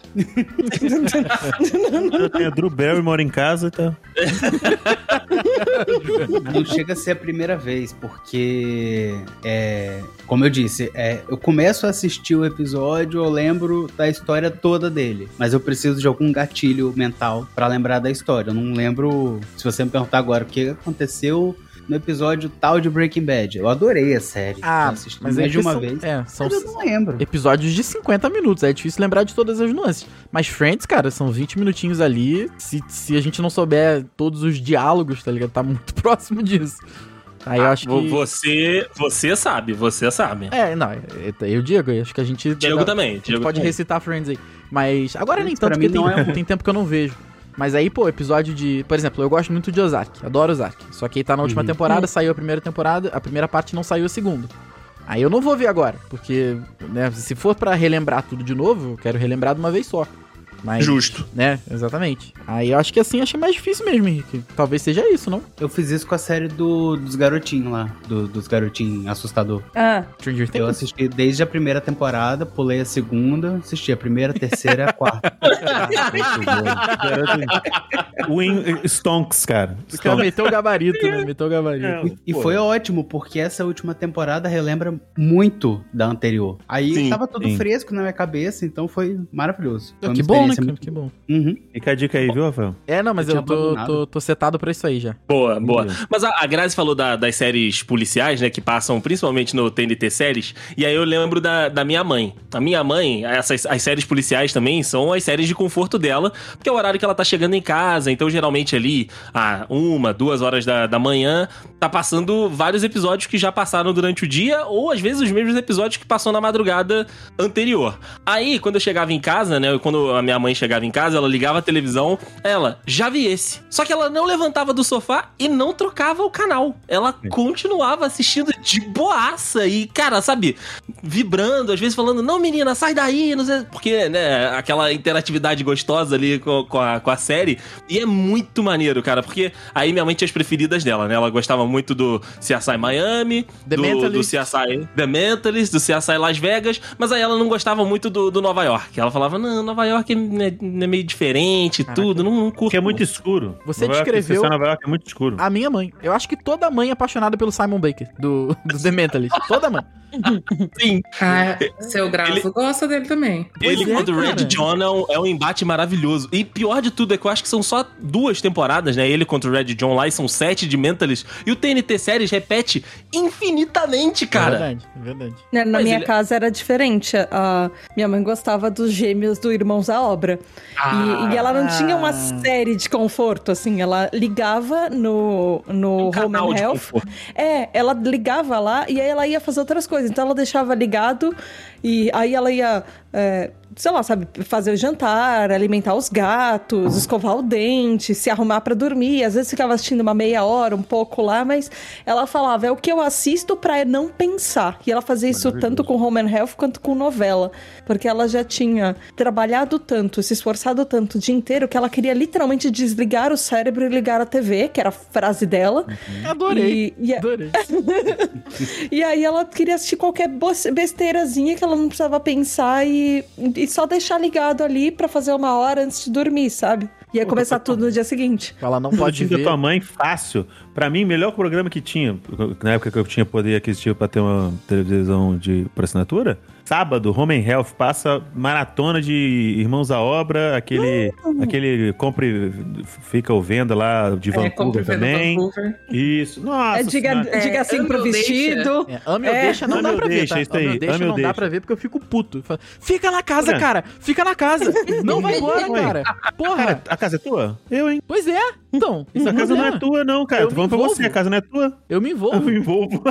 D: Eu tenho a Drew Barry, moro em casa, tá?
G: Não chega a ser a primeira vez, porque, é, como eu disse, é, eu começo a assistir o episódio, eu lembro da história toda dele, mas eu preciso de algum gatilho mental pra lembrar da história. Eu não lembro, se você me perguntar agora, o que aconteceu no episódio tal de Breaking Bad. Eu adorei a série.
B: Ah,
G: eu assisti
B: mas é
G: Tá mais de
B: que
G: uma
B: são-
G: vez.
B: É, são
G: mas eu não lembro.
B: episódios de 50 minutos. É difícil lembrar de todas as nuances. Mas Friends, cara, são 20 minutinhos ali. Se, se a gente não souber todos os diálogos, tá ligado? Tá muito próximo disso. Aí eu acho
C: Vo-
B: que.
C: Você, você sabe, você sabe.
B: É, não, eu- eu digo, eu acho que a gente.
C: Diego
B: a-
C: também.
B: a gente
C: Diego
B: pode
C: também.
B: recitar Friends aí. Mas agora nem
G: Friends pra
B: tanto, porque
G: mim não
B: tem,
G: é ruim.
B: tem tempo que eu não vejo. Mas aí, pô, episódio de. Por exemplo, eu gosto muito de Ozark. Adoro Ozark. Só que aí tá na última
G: Uhum.
B: temporada, saiu a primeira temporada, a primeira parte não saiu a segunda. Aí eu não vou ver agora, porque, né, se for pra relembrar tudo de novo, eu quero relembrar de uma vez só. Mas,
C: Justo.
B: né, exatamente. Aí eu acho que assim, achei mais difícil mesmo, Henrique. Talvez seja isso, não?
G: Eu fiz isso com a série do- dos garotinhos lá, do- dos garotinhos assustador.
E: Ah,
B: Stranger
G: Eu
B: Things.
G: assisti desde a primeira temporada, pulei a segunda, assisti a primeira, a terceira, a quarta.
D: Win Stonks, cara.
B: O cara meteu o gabarito, né? Meteu o gabarito.
G: E, e foi ótimo, porque essa última temporada relembra muito da anterior. Aí
C: Sim,
G: tava tudo
D: sim.
G: fresco na minha cabeça, então foi maravilhoso. Foi uma
B: que bom, né?
G: experiência
B: cara? Que bom.
G: muito- Uhum.
D: Fica a dica aí, viu, Rafael?
B: É, não, mas
G: Eu
B: eu,
G: tinha
B: tô,
G: abandonado.
B: tô, tô setado pra isso aí já.
C: Boa, boa. Mas a, a Grazi falou da- das séries policiais, né? Que passam principalmente no TNT Séries. E aí eu lembro da, da minha mãe. A minha mãe, essas, as séries policiais também são as séries de conforto dela, porque é o horário que ela tá chegando em casa. Então, geralmente ali, a uma, duas horas da, da manhã, tá passando vários episódios que já passaram durante o dia, ou às vezes os mesmos episódios que passou na madrugada anterior. Aí, quando eu chegava em casa, né? Quando a minha mãe chegava em casa, ela ligava a televisão, ela, já vi esse. Só que ela não levantava do sofá e não trocava o canal. Ela continuava assistindo de boaça. E, cara, sabe, vibrando, às vezes falando, não, menina, sai daí, não sei. Porque, né, aquela interatividade gostosa ali com, com a, com a série. E é muito maneiro, cara, porque aí minha mãe tinha as preferidas dela, né? Ela gostava muito do CSI Miami,
B: The
C: do, do
B: Mentalist.
C: CSI The Mentalist, do CSI Las Vegas, mas aí ela não gostava muito do, do Nova York. Ela falava, não, Nova York é, é- é meio diferente e tudo, não, não curto.
D: Porque é muito escuro.
B: Você
D: Nova York,
B: descreveu- Ah,
D: você é Nova York, é muito escuro.
B: A minha mãe. Eu acho que toda mãe é apaixonada pelo Simon Baker, do, do The Mentalist. Toda mãe.
C: Sim,
F: Ah, seu Grazo
C: Ele-
F: gosta dele também.
B: Pois
C: Ele
B: é,
C: contra o
B: cara.
C: Red John é um, é um embate maravilhoso. E pior de tudo é que eu acho que são só duas temporadas, né? Ele contra o Red John lá e são sete de Mentalist. E o TNT Séries repete infinitamente,
B: É
C: cara.
B: verdade, é verdade.
E: Né, Na
C: Mas
E: minha
C: ele- é.
E: casa era diferente. A minha mãe gostava dos gêmeos do Irmãos à Obra. E- E, ela não tinha uma
C: Ah.
E: série de conforto, assim. Ela ligava no, no Home
C: Um canal
E: and
C: de
E: Health.
C: conforto.
E: É, ela ligava lá e aí ela ia fazer outras coisas. Então ela deixava ligado e aí ela ia, é, sei lá, sabe, fazer o jantar, alimentar os gatos, escovar o dente, se arrumar pra dormir. Às vezes ficava assistindo uma meia hora, um pouco lá, mas ela falava, é o que eu assisto pra não pensar. E ela fazia isso tanto com Home and Health quanto com novela. Porque ela já tinha trabalhado tanto, se esforçado tanto o dia inteiro, que ela queria literalmente desligar o cérebro e ligar a TV, que era a frase dela.
B: Adorei.
E: E- é, e-
B: Adorei.
E: e aí ela queria assistir qualquer bos- besteirazinha que ela não precisava pensar e, e só deixar ligado ali pra fazer uma hora antes de dormir, sabe? E aí começar tudo no dia seguinte.
B: Ela não
D: Pode
B: pode
D: da
B: ver.
D: tua mãe, fácil. Pra mim, melhor programa que tinha, na época que eu tinha poder aquisitivo pra ter uma televisão de, por assinatura, sábado, Home and Health passa maratona de Irmãos à Obra, aquele, aquele compre, fica ou venda lá
F: É,
D: de Vancouver
F: compra
D: também.
F: Vancouver.
D: Isso. Nossa
E: É, diga,
D: Senhora.
E: diga
F: É,
E: assim
F: eu
E: pro
F: não deixo. né?
E: vestido.
B: É, ame ou
E: É.
B: deixa, não
D: Ame
B: dá
D: ou
B: pra ver,
D: deixa,
B: tá?
D: isso
B: Ame
D: aí,
B: ou deixa,
D: ame ou
B: não dá
D: deixa.
B: pra ver, porque eu fico puto. Eu falo, Fica na casa,
D: É.
B: cara! Fica na casa! Não vai embora,
D: Ué.
B: cara!
D: Cara,
B: Porra!
D: a casa é tua? Eu, hein?
B: Pois é! Então,
D: Essa
B: o
D: casa não é
B: problema.
D: tua, não, cara.
B: Eu
D: Tô
B: me
D: falando pra
B: envolvo. Ah.
D: você, a casa não é tua.
B: Eu me
D: Eu
B: envolvo.
D: me envolvo.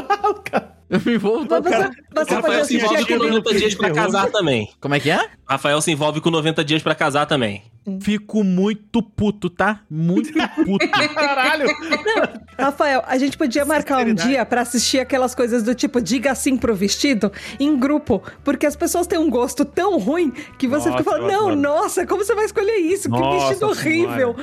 B: Eu me envolvo.
E: Mas
B: todo-
E: Você, você pode
C: Rafael se
D: assim,
E: assistir
C: envolve com
E: aquele.
C: 90 dias pra casar também.
B: Como é que é?
C: Rafael se envolve com 90 dias pra casar também.
B: Fico muito puto, tá? Muito puto.
D: Caralho!
E: Rafael, a gente podia marcar um dia pra assistir aquelas coisas do tipo diga assim pro vestido em grupo, porque as pessoas têm um gosto tão ruim que você
D: Nossa,
E: fica falando,
D: eu
E: não,
D: adoro.
E: nossa, como você vai escolher isso? que
D: Nossa
E: vestido
D: Senhora.
E: horrível.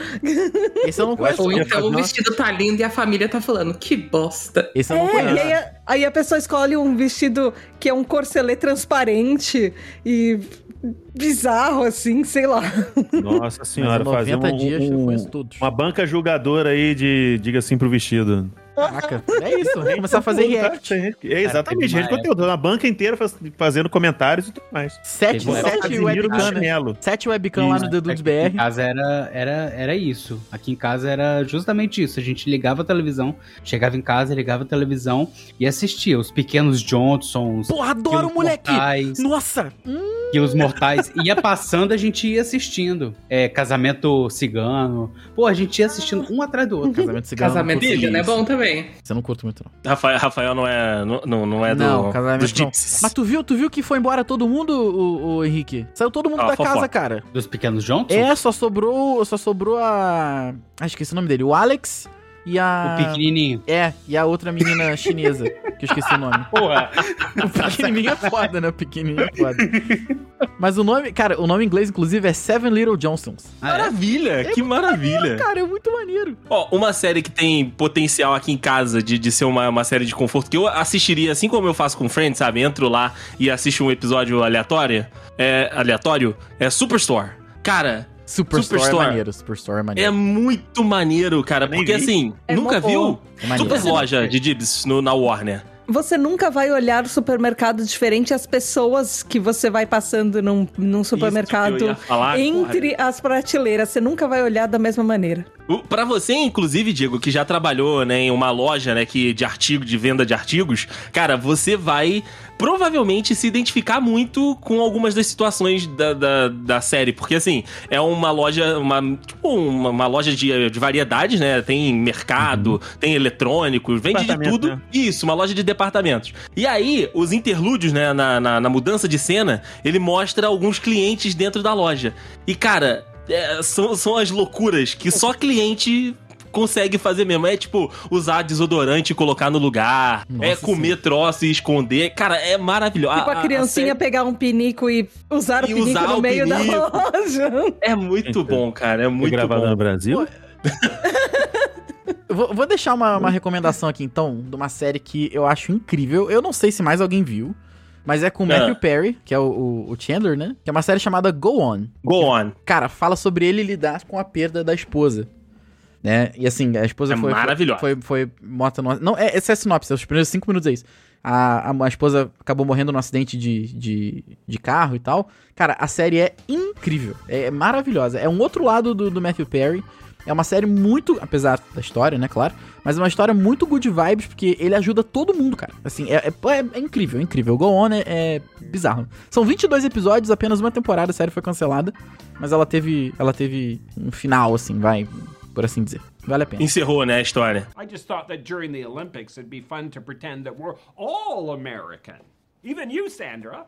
B: Esse eu não conheço.
F: Ou
B: não.
F: então o vestido tá lindo e a família tá falando, que bosta.
B: Esse eu não
E: É, e
B: conheço.
E: aí, a- aí a pessoa escolhe um vestido que é um corselê transparente e bizarro, assim, sei lá.
D: Nossa senhora,
B: Mas em
D: fazer
B: 90
D: um,
B: dias eu
D: um-
B: conheço todos.
D: uma banca julgadora aí de diga assim pro vestido.
B: Caraca. É isso, vamos
D: tá
B: começar a fazer react.
D: É, exatamente,
G: Cara,
D: gente
G: teve uma
D: conteúdo. Na banca inteira faz- fazendo comentários e tudo mais.
B: Sete,
G: Teve uma época
B: Tipo sete
D: Casimiro
B: webcam, né?
D: chinelo.
B: Sete webcam lá no Dedudes
G: É Aqui em
B: BR.
G: casa era, era, era isso. Aqui em casa era justamente isso. A gente ligava a televisão, chegava em casa, ligava a televisão e assistia os pequenos Johnsons.
B: Porra, adoro,
G: Quilos
B: um moleque!
G: Mortais,
B: Nossa!
G: Quilos Mortais. Ia passando, a gente ia assistindo. É, casamento Cigano. Pô, a gente ia assistindo um atrás do outro.
B: Casamento cigano.
F: Casamento
B: eu não curto
F: cigano é
B: muito.
F: bom também.
B: Você não curte muito, não.
C: Rafael, Rafael não é, não, não- não é do,
B: Não, casamento
C: dos
B: não.
C: gypsies.
B: Mas tu viu, tu viu que foi embora todo mundo, o, o Henrique? Saiu todo mundo
C: Ah,
B: da
C: fofoca.
B: casa, cara.
G: Dos pequenos Johnsons?
B: É, só sobrou, só sobrou a... Ah, esqueci o nome dele. O Alex e a...
G: O pequenininho.
B: É, e a outra menina chinesa, que eu esqueci o nome.
G: Porra,
B: O pequenininho é foda, né? O pequenininho é foda. Mas o nome, cara, o nome em inglês, inclusive, é Seven Little Johnsons.
C: Maravilha, que maravilha.
B: Cara, é muito maneiro.
C: Ó, uma série que tem potencial aqui em casa de, de ser uma, uma série de conforto que eu assistiria, assim como eu faço com Friends, sabe? Entro lá e assisto um episódio aleatório. É, aleatório? É Superstore. Cara,
B: Superstore,
C: Superstore.
B: é maneiro, Superstore é
C: é
B: maneiro.
C: muito maneiro, cara.
D: nem
C: Porque
D: vi.
C: assim,
E: É
C: nunca
E: mó
C: viu?
B: É, maneiro.
C: Super loja de Dibs no, na Warner.
E: Você nunca vai olhar o supermercado diferente as pessoas que você vai passando num, num
C: Isso que tipo, eu ia
E: supermercado.
C: falar,
E: Entre as prateleiras, você nunca vai olhar da mesma maneira.
C: O- Pra você, inclusive, Diego, que já trabalhou né, em uma loja né, que de artigo, de venda de artigos, cara, você vai provavelmente se identificar muito com algumas das situações da, da, da série, porque assim, é uma loja, uma, tipo, uma, uma loja de, de variedades, né? Tem mercado, tem eletrônicos, vende de
D: Uhum. Departamento,
C: tudo.
D: né?
C: Isso, uma loja de departamentos. E aí, os interlúdios, né, na, na, na mudança de cena, ele mostra alguns clientes dentro da loja. E, cara, é, são, são as loucuras que só cliente consegue fazer mesmo. É tipo usar desodorante e colocar no lugar.
B: Nossa
C: é comer troço e esconder. Cara, é maravilhoso.
E: Tipo a criancinha pegar um pinico e usar o
C: E
E: pinico
C: usar
E: no
C: o
E: meio da
C: pinico.
E: loja.
C: É muito bom, cara. É
D: Foi
C: muito
D: gravado
C: bom.
D: no Brasil?
B: Eu Vou, vou deixar uma, uma recomendação aqui, então, de uma série que eu acho incrível. Eu não sei se mais alguém viu, mas é com o Matthew
C: Ah.
B: Perry, que é o, o- o Chandler, né? Que é uma série chamada Go On.
C: Go on.
B: Cara, fala sobre ele lidar com a perda da esposa. Né? E assim, a esposa
C: É
B: foi,
C: maravilhosa.
B: foi, foi morta no. Não, é, essa é a sinopse, os primeiros cinco minutos é isso. A, a, a esposa acabou morrendo num acidente de, de, de carro e tal. Cara, a série é incrível. É, maravilhosa. É um outro lado do, do Matthew Perry. É uma série muito, apesar da história, né, claro, mas é uma história muito good vibes, porque ele ajuda todo mundo, cara. Assim, é, é, pô, é- é incrível, é incrível. O Go On é, é bizarro. São 22 episódios, apenas uma temporada, a série foi cancelada, mas ela teve, ela teve um final, assim, vai, por assim dizer. Vale a pena.
C: Encerrou, né, a história.
I: I just thought that during the Olympics it'd be fun to pretend that we're all American. Even you, Sandra.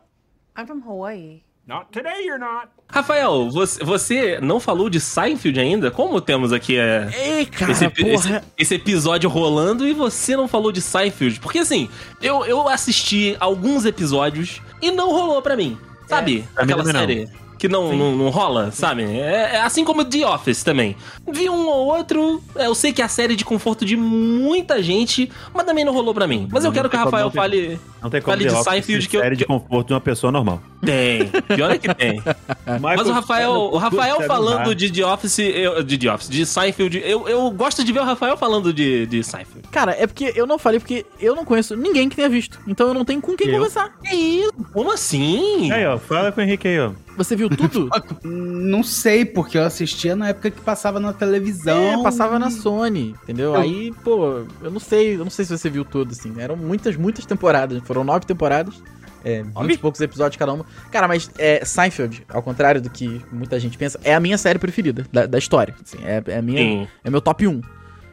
H: I'm from Hawaii.
I: Not today, you're not.
C: Rafael, você, você não falou de Seinfeld ainda? Como temos aqui é,
B: Ei, cara,
C: esse, epi-
B: porra.
C: esse- esse episódio rolando e você não falou de Seinfeld? Porque assim, eu, eu assisti alguns episódios e não rolou pra mim. Sabe?
D: É, pra mim
C: Aquela
D: também não.
C: série que não, não, não rola, sabe? É, é assim como The Office também. Vi um ou outro, é, eu sei que é a série de conforto de muita gente, mas também não rolou pra mim. Mas eu
D: Não
C: quero que
D: tem
C: o
D: como
C: Rafael
D: não
C: fale.
D: Não tem como
C: Fale de
D: The Office
C: Seinfeld
D: ser
C: que eu-
D: série de
C: que eu-
D: conforto de uma pessoa normal.
C: Tem, pior é que tem. Mas o Rafael, o Rafael
D: é
C: falando de The Office, eu, de The Office, de Seinfeld, eu, eu gosto de ver o Rafael falando de, de Seinfeld.
B: Cara, é porque eu não falei, porque eu não conheço ninguém que tenha visto. Então eu não tenho com quem
D: Eu?
B: conversar.
C: Que isso? Como assim?
D: Aí, ó, fala com o Henrique aí, ó.
B: Você viu tudo?
G: Não sei, porque eu assistia na época que passava na televisão.
B: É, passava na Sony, entendeu?
G: Então, Eu-
B: Aí, pô, eu não sei, eu não sei se você viu tudo, assim. Eram muitas, muitas temporadas. Foram nove temporadas. É, vinte e poucos episódios cada uma. Cara, mas é, Seinfeld, ao contrário do que muita gente pensa, é a minha série preferida da, da história. Assim, é, é a minha,
C: Sim.
B: é meu top 1.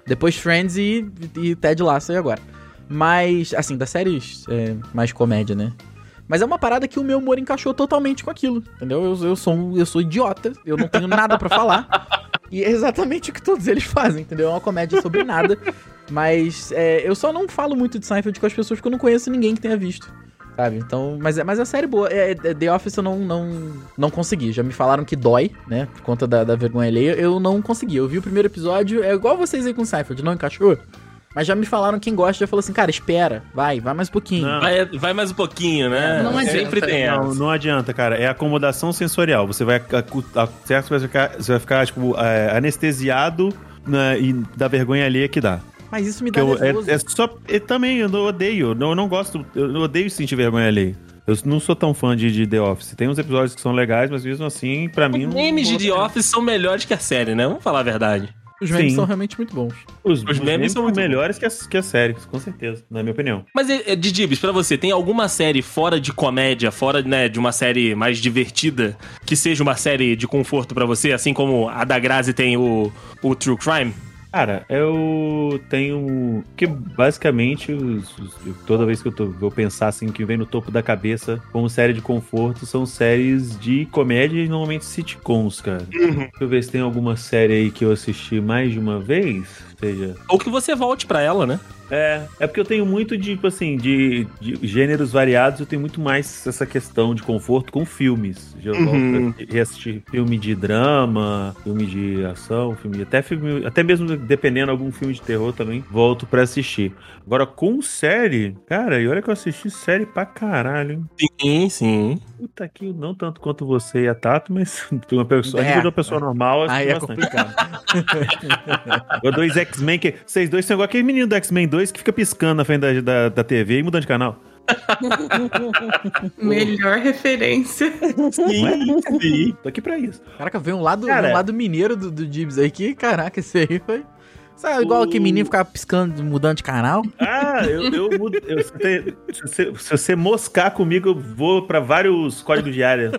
B: Depois Friends e, e Ted Lasso aí agora. Mas, assim, das séries é, mais comédia, né? Mas é uma parada que o meu humor encaixou totalmente com aquilo, entendeu? Eu, eu sou um- eu sou idiota, eu não tenho nada pra falar. E é exatamente o que todos eles fazem, entendeu? É uma comédia sobre nada. Mas é, eu só não falo muito de Seinfeld com as pessoas porque eu não conheço ninguém que tenha visto. Sabe? Então, mas é, mas é série boa. É, é, The Office eu não, não, não consegui. Já me falaram que dói, né? Por conta da, da vergonha alheia. Eu não consegui. Eu vi o primeiro episódio, é igual vocês aí com Seinfeld, não encaixou? Mas já me falaram quem gosta, já falou assim, cara, espera, vai, vai mais um pouquinho.
D: Não.
C: Vai, vai mais um pouquinho, né?
F: Não adianta.
C: Sempre tem
D: Não,
C: essa.
D: não adianta, cara. É acomodação sensorial. Você vai, acu- a- certo? Você vai ficar, você vai ficar tipo, é, anestesiado né, e da vergonha alheia que dá.
B: Mas isso me
D: Que
B: dá
D: eu,
B: nervoso.
D: é, é só, eu também eu não odeio. Eu não gosto. Eu não odeio sentir vergonha alheia. Eu não sou tão fã de, de The Office. Tem uns episódios que são legais, mas mesmo assim, pra mim.
C: Os
D: não-
C: memes de
D: não-
C: The Office são melhores que a série, né? Vamos falar a verdade.
B: Os memes
D: Sim.
B: são realmente muito bons.
D: Os,
C: memes
D: os memes
C: são
D: são
C: muito bons.
D: melhores que as, que as séries, com certeza, na minha opinião.
C: Mas, é, é, Didibis, pra você, tem alguma série fora de comédia, fora né, de uma série mais divertida, que seja uma série de conforto pra você, assim como a da Grazi tem o, o True Crime?
D: Cara, eu tenho. Que basicamente, os- os- eu- toda vez que eu tô, vou pensar assim, que vem no topo da cabeça como série de conforto, são séries de comédia e normalmente sitcoms, cara. Deixa eu ver se tem alguma série aí que eu assisti mais de uma vez. Ou seja.
C: Ou que você volte pra ela, né?
D: É, é porque eu tenho muito de, tipo assim, de, de gêneros variados, eu tenho muito mais essa questão de conforto com filmes. Eu
C: Uhum.
D: gosto de assistir filme de drama, filme de ação, filme de- até filme, até mesmo dependendo algum filme de terror também, volto pra assistir. Agora com série, cara, e olha que eu assisti série pra caralho. hein?
C: Sim, sim.
D: Puta que não tanto quanto você e a Tato, mas uma pessoa,
B: É.
D: é. uma pessoa normal, eu assisti
B: Aí é
D: bastante.
B: complicado.
D: Agora dois X-Men que. Vocês dois são igual aquele menino do X-Men 2 que fica piscando na frente da, da, da TV e mudando de canal.
F: Melhor referência.
D: Sim, sim. é? Tô aqui pra isso.
B: Caraca, veio um lado,
D: Cara,
B: um lado mineiro do, do Dibs aí que, caraca, esse aí foi. Sabe, igual aquele menino ficar piscando, mudando de canal?
D: Ah, eu, eu mudo. eu- se, você- se você- se você moscar comigo, eu vou pra vários códigos de área.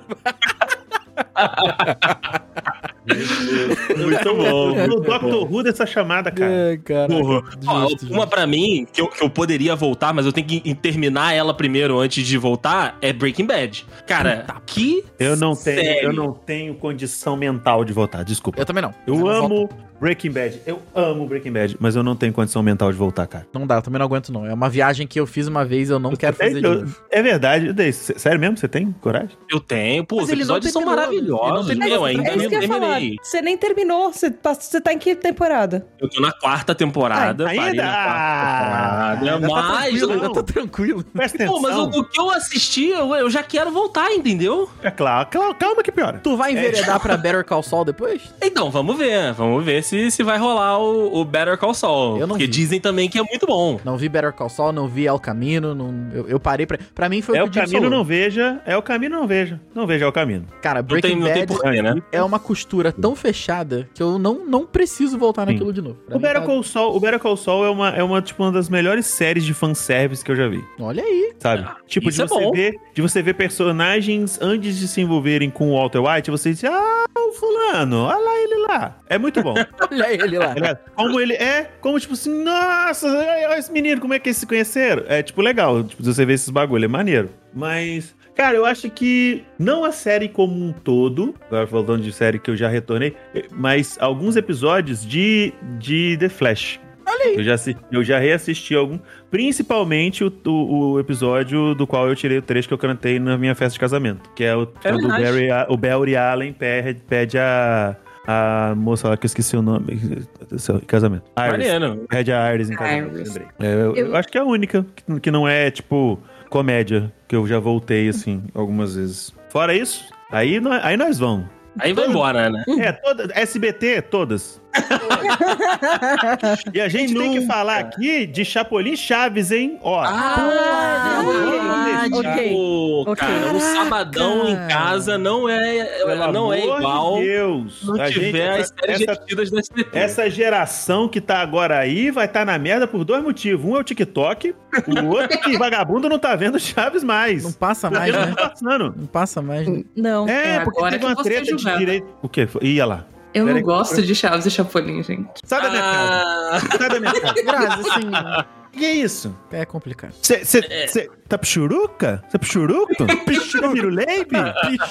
C: Muito bom.
D: O Dr. Who dessa chamada, cara.
B: É, cara.
C: Porra. Ó,
B: Justo,
C: uma pra mim, que eu, que eu poderia voltar, mas eu tenho que terminar ela primeiro antes de voltar, é Breaking Bad. Cara, que
D: Eu não tenho,
C: série.
D: eu não tenho condição mental de votar, desculpa.
B: Eu também não.
D: Eu,
B: não
D: amo
B: volto.
D: Breaking Bad. Eu amo Breaking Bad, mas eu não tenho condição mental de voltar, cara.
B: Não dá, eu também não aguento, não. É uma viagem que eu fiz uma vez, eu não quero
D: Tem-
B: fazer de
D: eu-
B: novo.
D: É verdade, Daí, sé- sério mesmo? Você tem coragem?
C: Eu tenho. Pô,
B: Mas
C: os
B: ele não
C: episódios são
B: terminou, né?
C: maravilhosos.
B: Ele não
C: Meu,
B: terminou.
C: ainda
E: É isso
C: não
E: que eu ia falar.
C: terminei.
E: Você nem terminou. Você, passa- você tá em que temporada?
C: Eu tô na quarta temporada.
D: Ai,
C: parei
D: ainda?
C: na quarta temporada,
D: Ainda tá
C: mas.
D: tranquilo,
C: eu-
D: não.
B: Eu tô tranquilo.
D: Presta atenção.
C: Pô, mas o, o que eu assisti, eu, eu já quero voltar, entendeu?
D: É claro, calma, calma que piora.
B: Tu vai enveredar pra Better Call Saul depois?
C: Então, vamos ver. Vamos ver se, se vai rolar o, o Better Call Saul.
B: Eu não
C: porque
B: vi.
C: dizem também que é muito bom.
B: Não vi Better Call Saul, não vi El Camino, não, eu, eu parei pra... Pra mim foi
D: É
B: o
D: o
B: que o Jim
D: caminho,
B: falou.
D: não veja. É o caminho, não veja. Não veja, é o caminho.
B: Cara,
C: Não tem,
B: Breaking
C: não
B: Bad
C: tem porquê, né?
B: é uma costura tão fechada que eu não, não preciso voltar
D: Sim.
B: naquilo de novo. Pra
D: O
B: mim
D: Better
B: tá-
D: Call Saul, o Better Call Saul é uma, é uma, tipo, uma das melhores séries de fanservice que eu já vi,
B: Olha aí.
D: sabe? tipo, de
C: isso é
D: você,
C: bom.
D: ver, de você ver personagens antes de se envolverem com o Walter White, você diz, ah, o fulano, olha lá ele lá. É muito bom. tá
B: Olha ele lá.
D: ligado? como ele é, como tipo assim, nossa, olha esse menino, como é que eles se conheceram? É, tipo, legal, tipo, você vê esses bagulho, é maneiro. Mas, cara, eu acho que não a série como um todo, agora falando de série que eu já retornei, mas alguns episódios de, de The Flash. Eu já, assi- eu já reassisti algum. Principalmente o, o, o episódio do qual eu tirei o trecho que eu cantei na minha festa de casamento. Que é o
C: É
D: quando o,
C: verdade.
D: Barry, a- o Barry Allen pede, pede a, a moça lá que eu esqueci o nome. Em casamento. Iris.
C: Mariano.
D: Pede a Iris em casamento.
F: Iris.
D: lembrei. É, eu, eu acho que é a única que, que não é, tipo, comédia. Que eu já voltei, assim, algumas vezes. Fora isso, aí, nó- aí nós vamos.
C: Aí
B: Então,
C: vai embora, né?
D: É, toda, SBT, todas. e a gente tem que falar aqui de Chapolin Chaves, hein? Ó,
E: Ah,
C: verdade.
E: ok.
C: Pô,
E: Ok.
C: cara, um sabadão em casa não é,
D: pelo
C: não é
D: amor de
C: igual
D: Deus.
C: se não
D: A gente- tá
C: tiver as
D: essa, essa-
C: séries repetidas da SBT.
D: essa geração que tá agora aí vai estar na merda por dois motivos. Um é o TikTok, o outro é que vagabundo não tá vendo Chaves mais.
B: Não passa
D: Porque
B: mais,
D: não
B: né?
D: tá passando.
B: Não passa mais, né?
E: Não.
D: É,
F: É,
D: porque
F: agora
D: teve
F: que
D: uma
F: você
D: treta de
F: julgava.
D: direito. O quê? Ia lá.
F: Eu
D: Peraí.
F: não gosto de Chaves e Chapolin, gente.
D: Sai da minha casa.
C: Ah,
D: Sai da minha casa.
B: Graças, assim,
D: Que é isso?
B: é complicado.
D: Cê, cê, cê, tá pichuruca? Tá pichuruco? Pichurumbiruleibe?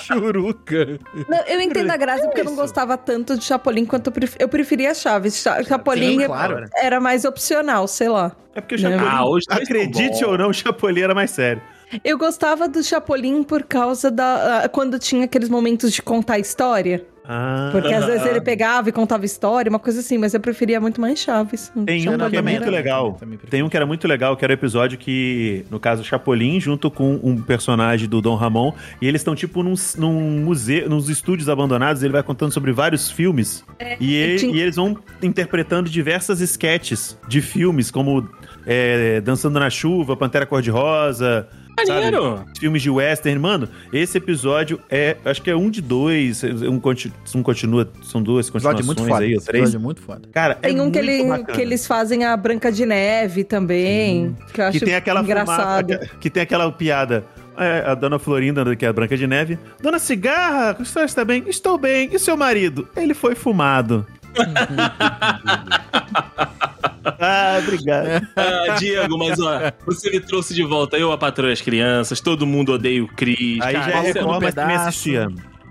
B: Pichuruca.
E: Não, eu entendo a graça porque eu não
D: é isso?
E: gostava tanto de Chapolin quanto eu, pref- eu preferia Chaves. Cha- Chapolin
B: Sim, claro.
D: né?
E: era mais opcional, sei lá.
D: É porque o
E: Não.
D: Chapolin...
C: Ah, hoje dois tão
D: acredite
C: bom.
D: ou não, o Chapolin era mais sério.
E: Eu gostava do Chapolin por causa da. ah, quando tinha aqueles momentos de contar história.
D: Ah,
E: Porque às vezes ele pegava e contava história, uma coisa assim, mas eu preferia muito mais Chaves.
D: Tem um
B: Não,
D: que é
B: também
D: muito
B: era-
D: legal.
B: também prefiro.
D: Tem um que era muito legal, que era o episódio que, no caso, o Chapolin, junto com um personagem do Dom Ramon, e eles estão, tipo, num, num museu, nos estúdios abandonados, e ele vai contando sobre vários filmes.
B: É,
D: e, ele-
B: um
E: tinha-
D: e eles vão interpretando diversas sketches de filmes, como é, Dançando na Chuva, Pantera Cor-de-Rosa,
C: Maneiro.
D: filmes de western, mano, esse episódio é, acho que é um de dois, um, conti- um continua, são duas
B: Episódio
D: continuações
B: muito foda.
D: aí, ou três.
B: Episódio muito foda.
D: Cara, é
E: Tem um
D: muito
E: que, ele-
D: bacana.
E: que eles fazem a Branca de Neve também, que eu acho
D: que tem aquela
E: engraçado.
D: fumaça, que tem aquela piada. É, a dona Florinda, que é a Branca de Neve. Dona Cigarra, a senhora está bem? Estou bem. E seu marido? Ele foi fumado. ah, obrigado.
C: Ah, Diego, mas ó, você me trouxe de volta. Eu, a patroa e as crianças, todo mundo odeia o Cris.
D: Aí
C: cara, um
D: já é
C: isso
B: no
D: reforma que me
B: pedaço.
D: assistia.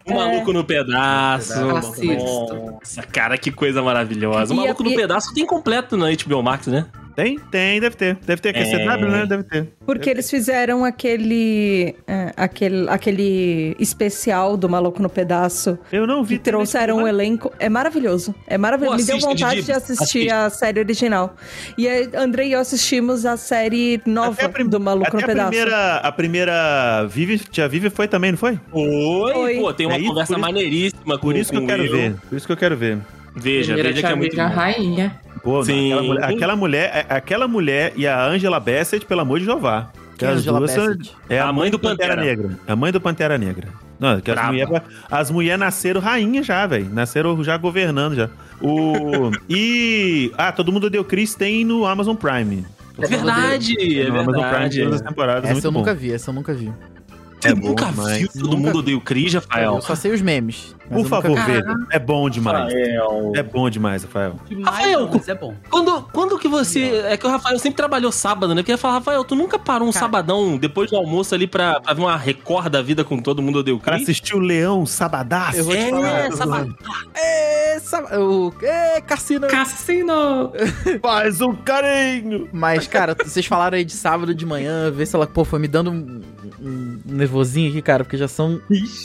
C: Um maluco no pedaço.
F: Pedaço.
C: Nossa, cara, que coisa maravilhosa. O
E: E a
C: maluco no
E: pi-
C: pedaço tem completo na HBO Max, né?
D: Tem? Tem, deve ter. Deve ter aqui,
C: É.
D: CW, né? Deve ter.
E: Porque eles fizeram aquele, é, aquele aquele especial do Maluco no Pedaço
D: Eu não vi.
E: que trouxeram um
D: também.
E: elenco. É maravilhoso. É maravilhoso.
C: Pô,
E: Me deu
C: assiste,
E: vontade
C: Didi.
E: de assistir
C: Assista.
E: a série original. E aí, André e eu assistimos a série nova
D: Até a prim-
E: do Maluco
D: Até
E: no
D: a
E: Pedaço.
D: primeira, a primeira Vivi, tia Vivi foi também, não foi?
C: Oi,
E: Foi.
C: pô, tem uma
D: É isso,
C: conversa
D: por isso-
C: maneiríssima com
D: Por isso que
C: com
D: eu quero
C: o Will.
D: ver. Por isso que eu quero ver.
C: Veja,
F: Primeira
C: veja que é
F: Chaves
C: muito
F: da
C: bom.
F: rainha.
D: Pô,
C: Sim.
D: Aquela, mulher, aquela mulher, a- aquela mulher e a Angela Bassett, pelo amor de Jeová. Que
B: Quem é
D: as
B: Angela
D: duas são-
B: Bassett?
D: é
C: A mãe do Pantera.
D: Negra. A mãe do Pantera Negra. Não, que as
C: Brava.
D: mulheres as mulher nasceram rainha já, velho. Nasceram já governando já. O e ah, todo mundo deu Chris tem no Amazon Prime.
C: É verdade, é
D: no Amazon Prime
C: verdade.
D: todas as temporadas,
B: Essa
D: muito
B: eu nunca
D: bom.
B: vi, essa eu nunca vi.
C: Você
D: É bom
C: nunca
D: demais.
C: viu Todo
B: Nunca
C: Mundo Odeia o Cris, Rafael?
B: Eu só sei os memes. mas eu
D: Por
B: nunca
D: favor,
B: vi.
D: veja. É bom demais.
C: Rafael.
D: É bom demais, Rafael.
G: Demais,
C: Rafael,
G: não, mas é bom.
C: Quando, quando que você. É que o Rafael sempre trabalhou sábado, né? Porque eu ia falar, Rafael, tu nunca parou um
B: Cara.
C: sabadão depois do almoço ali pra, pra ver uma Record da vida com todo mundo odeia o
D: Pra
C: Cris?
D: assistir o Leão Sabadá.
B: Eu vou te falar.
C: É, sabadão.
B: É, sa- o... é Cassino.
F: Cassino!
D: Faz um carinho.
B: Mas, cara, vocês falaram aí de sábado de manhã, ver se ela. Pô, foi me dando um, um nervosinho aqui, cara, porque já são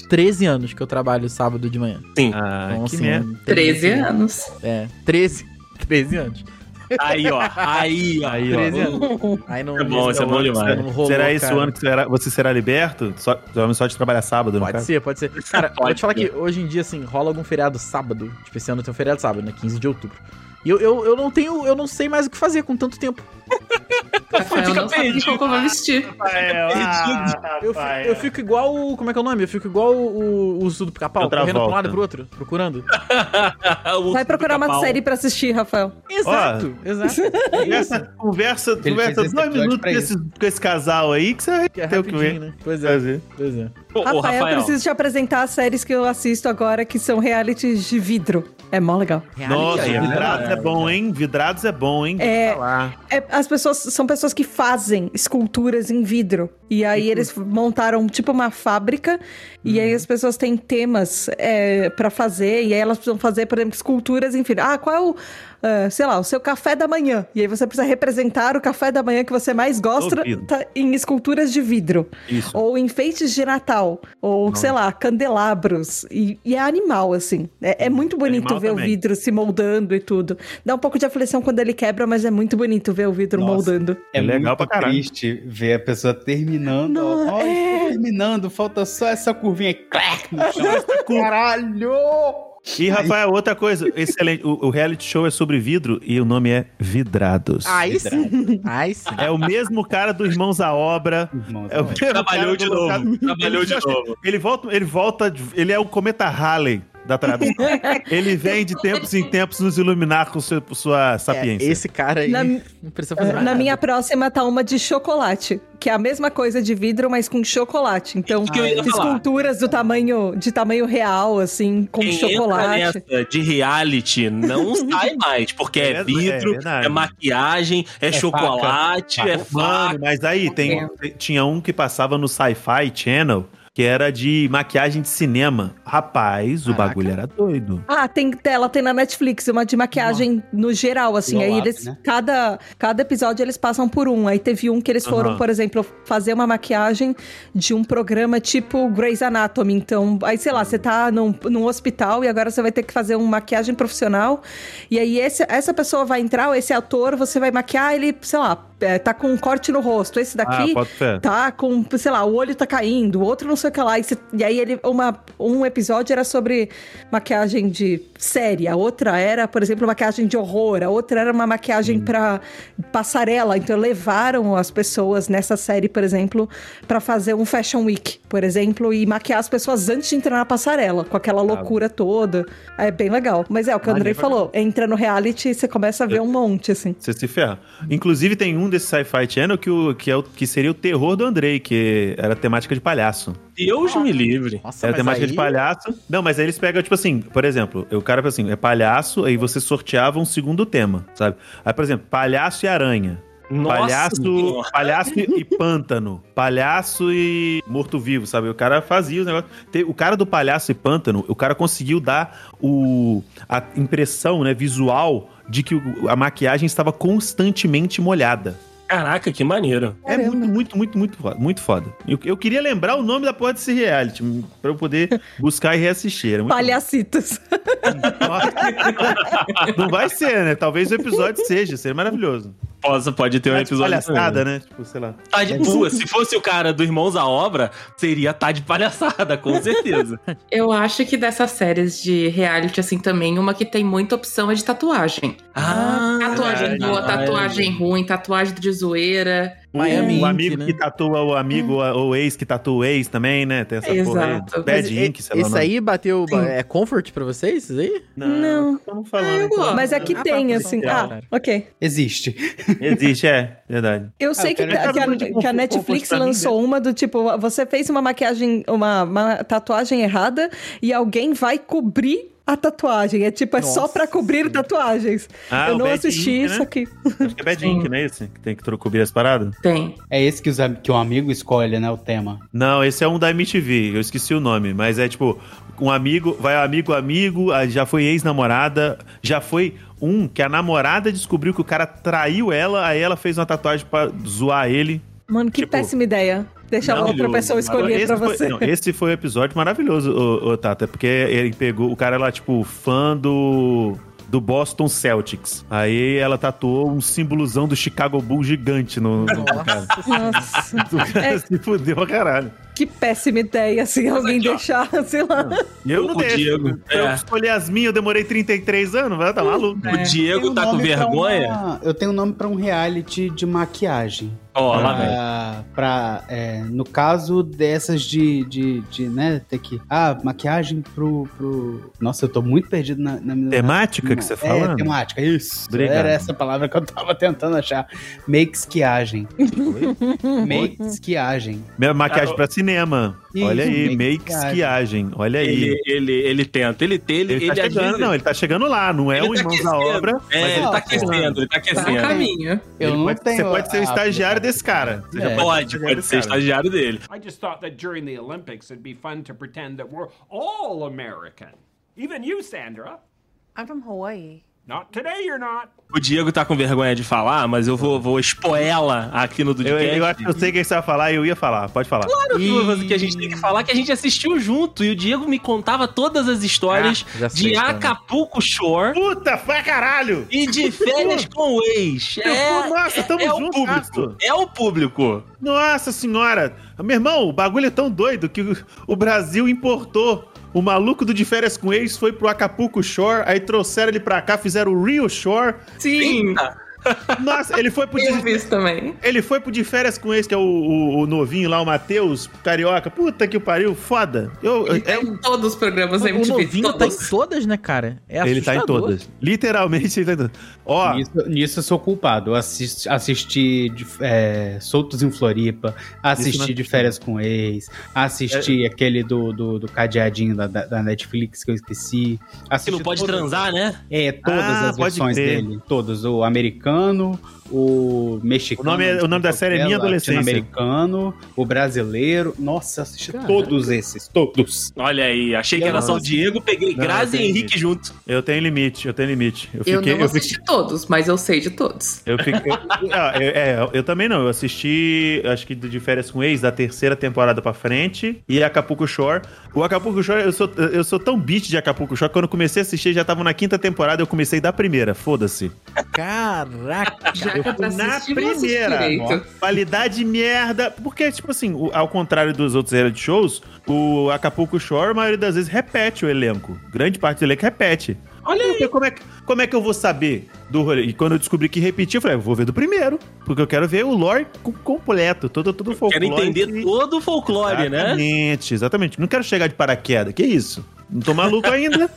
B: 13 anos que eu trabalho sábado de manhã.
D: Ah,
B: Então,
D: que
B: assim,
D: merda.
B: tem-
F: 13 anos.
B: É, 13. 13 anos.
C: Aí, ó. Aí, ó.
D: Aí, ó.
B: 13 anos. Aí não,
C: É bom, isso é bom demais.
B: não rolou,
D: será esse
B: cara.
D: o ano que será- você será liberto? Só, só de trabalhar sábado, no
B: Pode
D: caso?
B: ser, pode ser. Cara,
C: Pode
B: vou te falar
C: ser.
B: que hoje em dia, assim, rola algum feriado sábado. Tipo, esse ano tem um feriado sábado, né? 15 de outubro. E eu, eu, eu não tenho, eu não sei mais o que fazer com tanto tempo.
F: Rafael não sabe de qual que eu vou vestir.
G: Ah, é,
B: Eu, fi- eu fico igual. o- Como é que é o nome? Eu fico igual o, o urso do pica-pau,
D: Eu
B: correndo pra um
D: Travolta.
B: lado e pro outro, procurando.
E: Vai procurar uma série pra assistir, Rafael.
B: Exato, exato.
D: Essa conversa,
G: fez
D: conversa
G: esse
D: dois
G: episódio
D: minutos com
G: pra
D: esse, com esse casal aí que você vai
B: Que é
D: ter o que ver.
B: rapidinho, né? Pois é,
D: Fazer.
B: pois é.
C: Ô, ô,
E: Rafael,
C: Rafael.
E: eu preciso te apresentar as séries que eu assisto agora, que são realities de vidro. É mó legal.
D: Nossa,
C: aí,
D: vidrados é bom, hein? Vidrados é bom, hein?
E: É,
D: Lá.
E: é- as pessoas são pessoas que fazem esculturas em vidro. E aí eles montaram tipo uma fábrica e aí as pessoas têm temas é, para fazer e aí elas precisam fazer, por exemplo, esculturas em vidro. Ah, qual é o, ah, sei lá, o seu café da manhã? E aí você precisa representar o café da manhã que você mais gosta
D: Duvido.
E: tá, em esculturas de vidro.
D: Isso.
E: Ou enfeites de Natal. Ou, sei lá, candelabros. E, e é animal, assim. É, é muito bonito
D: Animal
E: ver o
D: também.
E: vidro se moldando e tudo. Dá um pouco de aflição quando ele quebra, mas é muito bonito ver o vidro
G: Nossa.
E: moldando.
D: É legal
G: muito
D: pra caralho.
G: triste ver a pessoa terminando.
E: Não,
G: ó, ó,
E: é.
G: estou terminando, falta só essa curvinha aí. clac, no chão. Caralho!
D: E, Rafael, outra coisa, excelente. O, o reality show é sobre vidro e o nome é Vidrados.
B: Aí sim. Aí sim.
D: É o mesmo cara do Irmãos à Obra.
G: Irmãos,
D: É o mesmo
C: Trabalhou
D: cara
C: de
D: do Locado-
C: novo. Trabalhou de
E: um
C: novo.
D: Ele volta, ele volta, de- ele é o cometa Halley da tradução. ele vem de tempos em tempos nos iluminar com seu- sua sapiência.
B: É, esse cara aí
E: Na-
B: não precisa
D: É
B: fazer mais
E: Na
B: nada.
E: minha próxima tá uma de chocolate, que é a mesma coisa de vidro, mas com chocolate. Então,
D: Ah, é.
C: Isso que eu ia falar.
E: esculturas do tamanho de tamanho real, assim, com
C: Quem
E: chocolate.
C: entra nessa de reality não sai mais, porque
D: É,
C: é,
D: é
C: vidro, é,
D: verdade.
C: maquiagem, é, chocolate, é faca.
D: Mano, mas aí tem, tinha um que passava no Sci-Fi Channel que era de maquiagem de cinema. Rapaz, o
B: Caraca.
D: bagulho era doido.
E: Ah, tem tela, tem na Netflix, uma de maquiagem no geral, assim.
G: Glow
E: aí
G: up,
E: eles,
G: né?
E: cada, cada episódio eles passam por um. Aí teve um que eles foram,
D: Aham.
E: por exemplo, fazer uma maquiagem de um programa tipo Grey's Anatomy. Então, aí sei lá, você tá num, num hospital e agora você vai ter que fazer uma maquiagem profissional. E aí esse- essa pessoa vai entrar, ou esse ator, você vai maquiar ele, sei lá, é, tá com um corte no rosto. Esse daqui
D: Ah, pode ser.
E: tá com, sei lá, o olho tá caindo, o outro não sei o que lá. E, se- e aí ele, uma, um episódio era sobre maquiagem de série, a outra era, por exemplo, maquiagem de horror, a outra era uma maquiagem pra passarela. Então levaram as pessoas nessa série, por exemplo, pra fazer um fashion week, por exemplo, e maquiar as pessoas antes de entrar na passarela, com aquela loucura toda. É bem legal. Mas é o que o Andrei falou, entra no reality e você começa a ver um monte assim.
D: Você se ferra. Inclusive, tem um desse Sci-Fi Channel que, o, que, é o, que seria o terror do Andrei, que era temática de palhaço.
C: Deus me livre.
B: Nossa,
D: Era
B: mas
D: temática
B: aí...
D: de palhaço. Não, mas aí eles pegam, tipo assim, por exemplo, o cara, assim, é palhaço, aí você sorteava um segundo tema, sabe? Aí, por exemplo, palhaço e aranha.
C: Nossa
D: palhaço,
C: Senhora.
D: palhaço e e pântano. Palhaço e morto-vivo, sabe? O cara fazia os negócios. Te- O cara do palhaço e pântano, o cara conseguiu dar o, a impressão né, visual de que o- a maquiagem estava constantemente molhada.
C: Caraca, que maneiro.
D: É
E: Caramba.
D: muito, muito, muito, muito foda. Muito foda. Eu, eu queria lembrar o nome da porra desse reality, pra eu poder buscar e reassistir. Era muito
E: Palhacitos.
D: bom. Não vai ser, né? Talvez o episódio seja, seria maravilhoso.
C: Posso, pode ter um
D: Mas
C: episódio.
D: Tá palhaçada, né? Tipo, sei lá.
C: Tá de boa. Se fosse o cara do Irmãos à Obra, seria tá de palhaçada, com certeza.
F: Eu acho que dessas séries de reality, assim, também, uma que tem muita opção é de tatuagem.
C: Ah,
F: Tatuagem
C: verdade.
F: boa, tatuagem ruim, tatuagem de zoeira.
G: É
B: Miami
D: o
B: Ink,
D: amigo
B: né?
D: que tatua o amigo ou o ex que tatua o ex também, né? Tem essa
E: É,
D: porra
E: exato.
D: aí.
E: Mas
D: Bad Ink, sei lá. o
B: Esse
D: nome.
B: aí bateu. ba- É comfort pra vocês? Isso aí?
E: Não.
D: Estamos falando.
F: Ah, eu gosto.
E: Mas é que
B: Ah, tá,
E: tem,
B: tá,
E: assim.
B: tá,
E: Ah,
B: tá.
E: ok.
G: Existe.
D: Existe, é. Verdade.
E: Eu sei que,
G: eu quero-
E: que a,
D: eu quero-
E: que a
D: eu
E: Netflix
D: quero-
E: lançou uma do tipo: você fez uma maquiagem, uma, uma tatuagem errada e alguém vai cobrir a tatuagem. É tipo, é só
B: Nossa
E: pra cobrir
B: Senhora.
E: tatuagens.
D: Ah,
E: eu
D: o
E: não
D: Bad
E: assisti
D: Ink,
E: isso
D: né?
E: aqui.
D: Acho que é Bad Ink, não é esse? Que tem que tro- cobrir as paradas?
F: Tem.
G: É esse que, os, am- que o amigo escolhe, né? O tema.
D: Não, esse é um da MTV. Eu esqueci o nome. Mas é tipo, um amigo, vai amigo, amigo, ah, já foi ex-namorada, já foi um que a namorada descobriu que o cara traiu ela, aí ela fez uma tatuagem pra zoar ele.
E: Mano, que
D: Tipo,
E: péssima ideia. Deixar
D: Não,
E: outra
D: o-
E: pessoa escolher
D: esse
E: pra
D: foi-
E: você.
D: não, esse foi um episódio maravilhoso, ô, ô, Tata, porque ele pegou. O cara era, tipo, fã do. Do Boston Celtics. Aí ela tatuou um símbolozão do Chicago Bulls gigante no, no cara.
E: Nossa,
D: O cara
E: É.
D: se fudeu pra caralho.
E: que péssima ideia, assim, alguém
C: aqui, ó.
E: deixar, sei lá.
D: E eu
C: O-
D: não
C: o
D: deixo.
C: Diego,
D: Eu
C: é.
D: escolhi as minhas, eu demorei 33 anos, vai tá maluco.
C: O Diego
G: Tem um
C: tá com
G: nome pra
C: vergonha?
G: uma- eu tenho um nome pra um reality de maquiagem.
C: Ó, lá, velho.
G: Ah, pra, é, no caso dessas de, de, de, né, ter que... Ah, maquiagem pro... pro... Nossa, eu tô muito perdido na... na minha-
D: Temática que
G: Não,
D: você tá
G: É,
D: fala?
G: temática, isso.
D: Obrigado.
G: Era essa palavra que eu tava tentando achar. Make esquiagem. Make esquiagem.
D: Minha
C: Ah,
D: maquiagem pra cinema.
G: Isso,
D: Olha aí,
G: make
D: make esquiagem. Olha aí.
C: Ah, Ele, ele, ele tenta, ele tem, ele,
D: Ele, tá
C: ele às
D: chegando,
C: vezes-
D: não, ele tá chegando lá, não é
C: ele
D: o
C: tá
D: irmão da
C: aquecendo.
D: obra. mas
C: É, ele tá
G: tá
C: aquecendo, ele tá
F: Tá no
C: aquecendo.
F: caminho.
G: Eu
D: Ele
G: não
D: pode-
G: tenho
D: Você pode ser o
G: a-
D: estagiário desse cara. Você já
G: É.
C: Pode,
D: ser
C: pode ser
D: estagiário
C: estagiário dele.
I: I just thought that during the Olympics it'd be fun to pretend that we're all American. Even you, Sandra.
H: I'm from Hawaii.
I: Not today, you're not.
C: O Diego tá com vergonha de falar, mas eu vou, vou expor ela aqui no
D: desse cara.
C: Dudcast.
D: Eu, eu acho que eu sei o que você vai falar e eu ia falar. Pode falar.
C: Claro que, você- que a gente tem que falar que a gente assistiu junto e o Diego me contava todas as histórias
B: Ah, já sei,
C: de
B: então.
C: Acapulco Shore
D: Puta, pra caralho!
C: e de férias com o ex. É,
D: Nossa, tamo
C: é o
D: junto,
C: público.
D: Astro.
C: É o público.
D: Nossa senhora! Meu irmão, o bagulho é tão doido que o- o Brasil importou. O maluco do De Férias com Ex foi pro Acapulco Shore, aí trouxeram ele pra cá, fizeram o Rio Shore.
F: Sim,
D: Nossa, ele foi pro
F: eu
D: de,
F: vi isso também.
D: ele foi pro de Férias com Ex, que é o, o- o novinho lá, o Matheus, carioca. Puta que pariu, foda. Eu,
F: Ele
D: eu-
F: tá em todos os programas da
B: o
F: MTV,
B: novinho tá
F: todos.
B: em todas, né, cara? É
D: ele tá em
B: assustador.
D: todas. Literalmente, ele tá em todas. Ó,
G: Nisso, nisso eu sou culpado. Eu assisti, assisti de- é, Soltos em Floripa,
D: Isso
G: assisti
D: não- é
G: de férias com ex, assisti aquele do, do, do cadeadinho da, da- da Netflix que eu esqueci.
C: Que
G: Assisti
C: não pode
G: todas-
C: transar, né?
G: É, todas
D: Ah,
G: as
D: pode
G: versões
D: crer.
G: dele. Todas. O americano, o mexicano.
D: O nome é- o nome da série é Minha Adolescência.
G: O americano, o brasileiro. Nossa, assisti todos esses. Todos.
C: Olha aí, achei que era só o Diego, peguei
D: Não,
C: Grazi e
D: tem
C: Henrique junto.
D: eu tenho limite, eu tenho limite. Eu
F: Eu
D: fiquei.
F: não
D: Eu fiquei
F: assisti todos, mas eu sei de todos.
D: eu fiquei- eu- ah, eu- é, eu- eu também não. Eu assisti, acho que de férias com ex, da terceira temporada pra frente, e Acapulco Shore. O Acapulco Shore, eu sou, eu sou tão beat de Acapulco Shore, que quando eu comecei a assistir, já tava na quinta temporada, eu comecei da primeira, foda-se.
B: Caraca.
F: Já que é pra
D: na
F: assistir, eu assisti
D: primeira.
F: direito.
D: Qualidade merda. Porque, tipo assim, o- ao contrário dos outros reality shows, o Acapulco Shore, a maioria das vezes, repete o elenco. Grande parte do elenco repete.
C: Olha aí.
D: Porque como é, que, como é que eu vou saber do rolê? E quando eu descobri que repetiu, eu falei, "Ah, eu vou ver do primeiro. Porque eu quero ver o lore co- completo, todo, todo o
C: Quero
D: folclore.
C: entender todo o folclore, né?
D: Exatamente, exatamente. Não quero chegar de paraquedas, que isso? Não tô maluco ainda.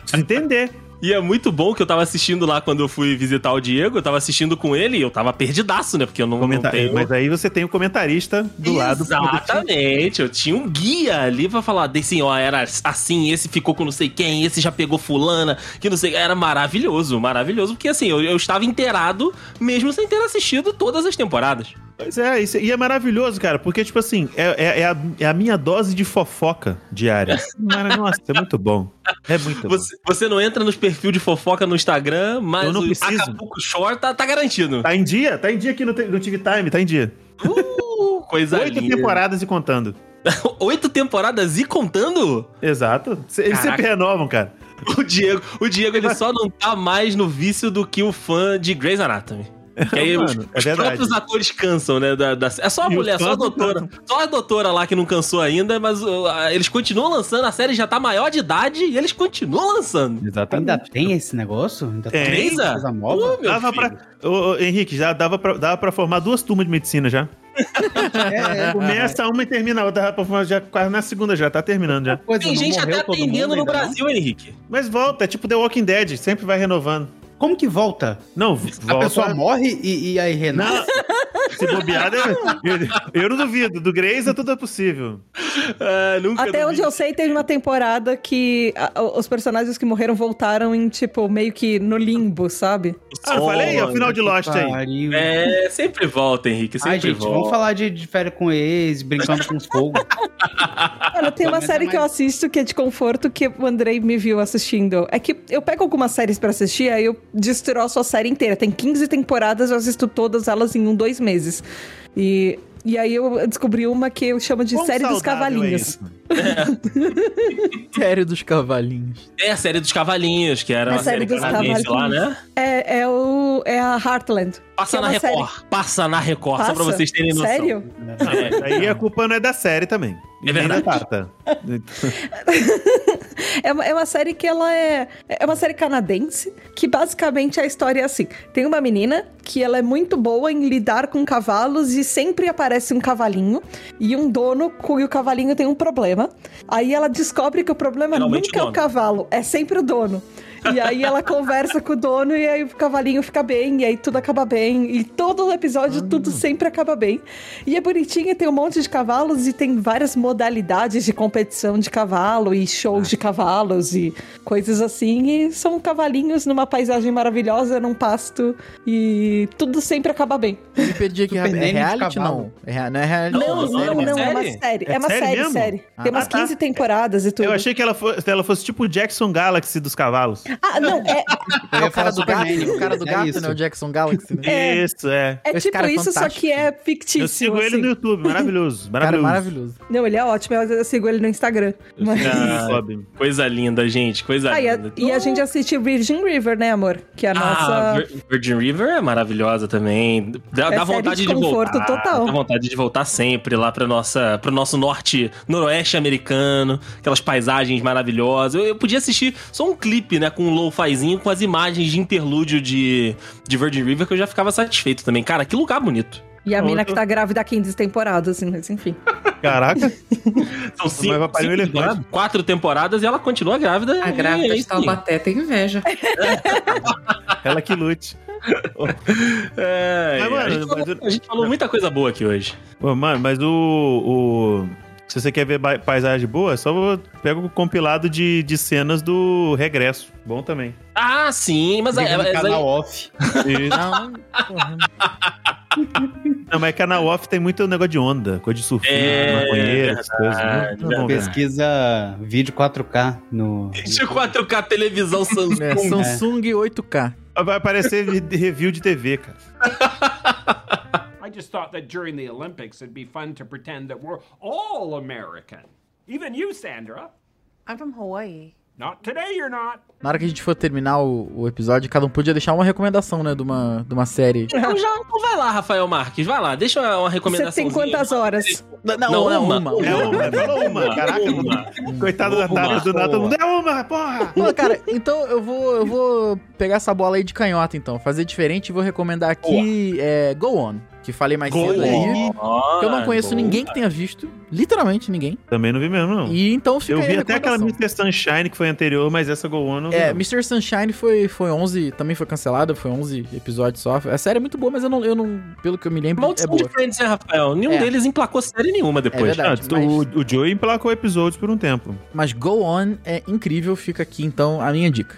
D: Preciso entender.
C: E é muito bom que eu tava assistindo lá quando eu fui visitar o Diego, eu tava assistindo com ele e eu tava perdidaço, né? Porque eu não, não
D: Comenta-
C: tenho...
D: Mas aí você tem o comentarista do lado.
C: Exatamente, eu tinha um guia ali pra falar assim, ó, era assim, esse ficou com não sei quem, esse já pegou fulana, que não sei, era maravilhoso, maravilhoso, porque assim, eu, eu estava inteirado, mesmo sem ter assistido todas as temporadas.
D: Pois é, isso- e é maravilhoso, cara, porque, tipo assim, é, é- é a, é a minha dose de fofoca diária. Mara, nossa, é muito bom. É muito
C: Você, você não entra nos perfil de fofoca no Instagram, mas
D: Eu não
C: o
D: preciso.
C: Acapulco Shore tá, tá garantido.
D: bom. Tá em dia, tá em dia aqui no, T- no TV Time, tá em dia.
C: Uh,
G: Tá
C: coisa
D: Oito
C: linda.
D: temporadas e contando.
C: Oito temporadas e contando?
D: Exato. C- Eles
C: Caraca.
D: sempre renovam, cara.
C: O Diego, o Diego ele só não tá mais no vício do que o fã de Grey's Anatomy. Que aí os,
D: Mano, é
C: os
D: verdade.
C: próprios atores cansam, né? da- da- é só a
D: E os
C: mulher, só a
D: fãs
C: doutora. Só a doutora lá que não cansou ainda, mas uh, a- eles continuam lançando, a série já tá maior de idade e eles continuam lançando.
G: Ainda
D: Exatamente.
G: tem esse negócio? Ainda
D: Tem,
G: tem
C: Zé?
G: coisa nova?
C: Pô, meu
D: Dava
C: filho.
D: pra, ô, ô, Henrique, já dava pra, dava pra formar duas turmas de medicina já.
G: É, é.
D: Começa uma e termina a outra. Dava pra formar já quase na segunda já, tá terminando já.
G: Coisa,
C: Tem
G: não
C: gente
G: morreu
C: até
G: todo
C: atendendo
G: mundo
C: no
G: ainda, não?
C: Brasil, Henrique.
D: Mas volta, é tipo The Walking Dead, sempre vai renovando.
G: Como que volta?
D: Não, v-
G: A
D: volta.
G: pessoa morre e, e aí renasce?
D: Não, se bobear, né? eu, eu não duvido. Do Grey's é tudo é possível.
C: É, nunca
E: Até onde eu sei, teve uma temporada que a- os personagens que morreram voltaram em, tipo, meio que no limbo, sabe?
D: Ah, eu falei, é o final de Lost aí.
G: Pariu.
C: É, sempre volta, Henrique, sempre
G: Ai, gente,
C: volta.
G: vamos falar de, de férias com ex, brincando com os fogos.
E: Olha, tem uma
G: Mas é
E: série que eu
G: mais-
E: assisto que é de conforto que o Andrei me viu assistindo. É que eu pego algumas séries pra assistir, aí eu destroço a série inteira. Tem 15 temporadas, eu assisto todas elas em um, dois meses. E, e aí eu descobri uma que eu chamo de
D: Quão
E: série dos
D: saudável é
E: cavalinhos.
D: isso?
B: Série dos cavalinhos.
C: É a série dos cavalinhos, que era
E: A
C: uma
E: série
C: série
E: dos
C: canadense lá,
E: cavalinhos.
C: né?
E: É, é, o, é a Heartland.
C: Passa
E: Que é
C: na
E: uma série-
C: Record. Passa na Record, só pra
E: Passa?
C: vocês terem noção.
E: Sério?
D: Aí a culpa não é da série também.
C: É verdade.
E: É uma, é uma série que ela é. É uma série canadense que basicamente a história é assim: tem uma menina que ela é muito boa em lidar com cavalos e sempre aparece um cavalinho e um dono cujo cavalinho tem um problema. Aí ela descobre que o problema
C: Geralmente o
E: nunca é o
C: dono.
E: cavalo, é sempre o dono. E aí ela conversa com o dono e aí o cavalinho fica bem, e aí tudo acaba bem. E todo o episódio tudo sempre acaba bem. E é bonitinho, tem um monte de cavalos e tem várias modalidades de competição de cavalo e shows de cavalos e coisas assim. E são cavalinhos numa paisagem maravilhosa, num pasto e tudo sempre acaba bem.
B: Eu Me perdi aqui.
G: Super
B: É
G: Nanny de
B: reality,
G: cavalo.
B: não. É, rea- não é reality.
C: Não,
E: Não,
B: é série
E: não,
C: uma
E: não,
B: mesmo.
E: é uma
C: série?
E: série. É
D: É
E: uma
D: série
E: série,
D: mesmo?
E: série.
B: Ah,
E: Tem umas
D: tá.
E: 15 temporadas e tudo.
D: Eu achei que ela fosse, ela fosse tipo o Jackson Galaxy dos cavalos.
E: Ah, não, é,
B: É
G: Eu ia
B: o cara
G: falar
B: do
G: Superman,
B: gato, o cara do
G: é
B: gato,
G: isso.
B: né? O Jackson Galaxy, né?
E: É.
D: Isso, é.
E: é
B: Esse
E: tipo
B: cara é
E: isso, só
B: fantástico.
E: que é fictício.
D: Eu sigo ele
E: assim.
D: no YouTube, maravilhoso.
B: Cara,
D: Maravilhoso.
B: maravilhoso.
E: Não, ele é ótimo, eu eu sigo ele no Instagram. Mas-
D: Ah, sobe.
C: Coisa linda, gente, coisa
E: Ah, e, a,
C: linda.
E: e a gente assiste Virgin River, né, amor? Que é a
C: Ah,
E: nossa.
C: Vir- Virgin River é maravilhosa também. Dá,
E: É
C: dá
E: série
C: vontade
E: de
C: de
E: conforto
C: voltar.
E: total.
C: Dá vontade de voltar sempre lá para nossa, pro nosso norte noroeste americano, aquelas paisagens maravilhosas. Eu, eu podia assistir só um clipe, né, com um lo-fizinho com as imagens de interlúdio de, de Virgin River que eu já ficava satisfeito também. Cara, que lugar bonito.
E: E a
D: Outra.
E: mina que tá grávida há 15 temporadas, assim, mas enfim.
D: Caraca.
C: São cinco,
D: vai parar um
C: cinco
D: elefante.
C: temporadas, quatro temporadas e ela continua grávida.
F: A
C: e
F: grávida
C: é
F: de
C: isso aí.
F: Taubaté tem inveja.
D: Ela que lute.
C: É,
D: Mas, mano,
C: a, gente falou,
D: mas eu-
C: a gente falou muita coisa boa aqui hoje.
D: Ô, mano, mas o, o- Se você quer ver ba- paisagem boa, é só vou- pega o compilado de, de cenas do Regresso. Bom também.
C: Ah, sim, mas, aí-
G: Liga no
C: mas aí-
G: canal off.
D: E-
B: Não, porra,
D: não, mas é canal off tem muito negócio de onda, coisa de surfista,
C: É,
D: maconheiro, essas coisas. né? Muito
C: verdade,
D: bom, velho.
G: Pesquisa vídeo 4K no.
C: De 4K televisão Samsung.
B: é Samsung 8K.
D: Vai aparecer de- review de TV, cara.
I: I just thought that during the Olympics, it'd be fun to pretend that we're all American. Even you, Sandra.
H: I'm from Hawaii.
I: Not today, you're not.
B: Na hora que a gente for terminar o, o episódio, cada um podia deixar uma recomendação, né? De uma, de uma série.
C: Então já então vai lá, Rafael Marques, vai lá, deixa uma, uma recomendação.
E: Você tem quantas horas?
B: Não,
C: Não, uma.
D: É uma, falou uma,
C: Uma,
D: caraca.
C: uma.
D: Coitado da
C: Uma,
D: Tara do nada, todo
B: boa.
D: mundo. É uma, porra!
B: Pô, cara, então eu vou, eu vou pegar essa bola aí de canhota, então. Fazer diferente e vou recomendar aqui é, Go On, que falei mais
C: Go
B: cedo aí.
C: On.
B: Que eu não conheço ninguém que tenha visto. Literalmente ninguém.
D: Também não vi mesmo, não.
B: E então fica
D: Eu
B: aí
D: vi
B: a
D: até aquela
B: recomendação.
D: Mr. Sunshine que foi anterior, mas essa Go On eu não vi,
B: É,
D: não.
B: Mr. Sunshine foi, foi 11, também foi cancelada, foi 11 episódios só. A série é muito boa, mas eu não, eu não pelo que eu me lembro, é
C: Maldição de
B: boa.
C: Friends, né, Rafael? Nenhum
B: É.
C: deles emplacou série nenhuma depois.
B: É verdade,
D: Ah,
B: mas-
D: o, o Joey emplacou episódios por um tempo.
B: Mas Go On é incrível, fica aqui então a minha dica.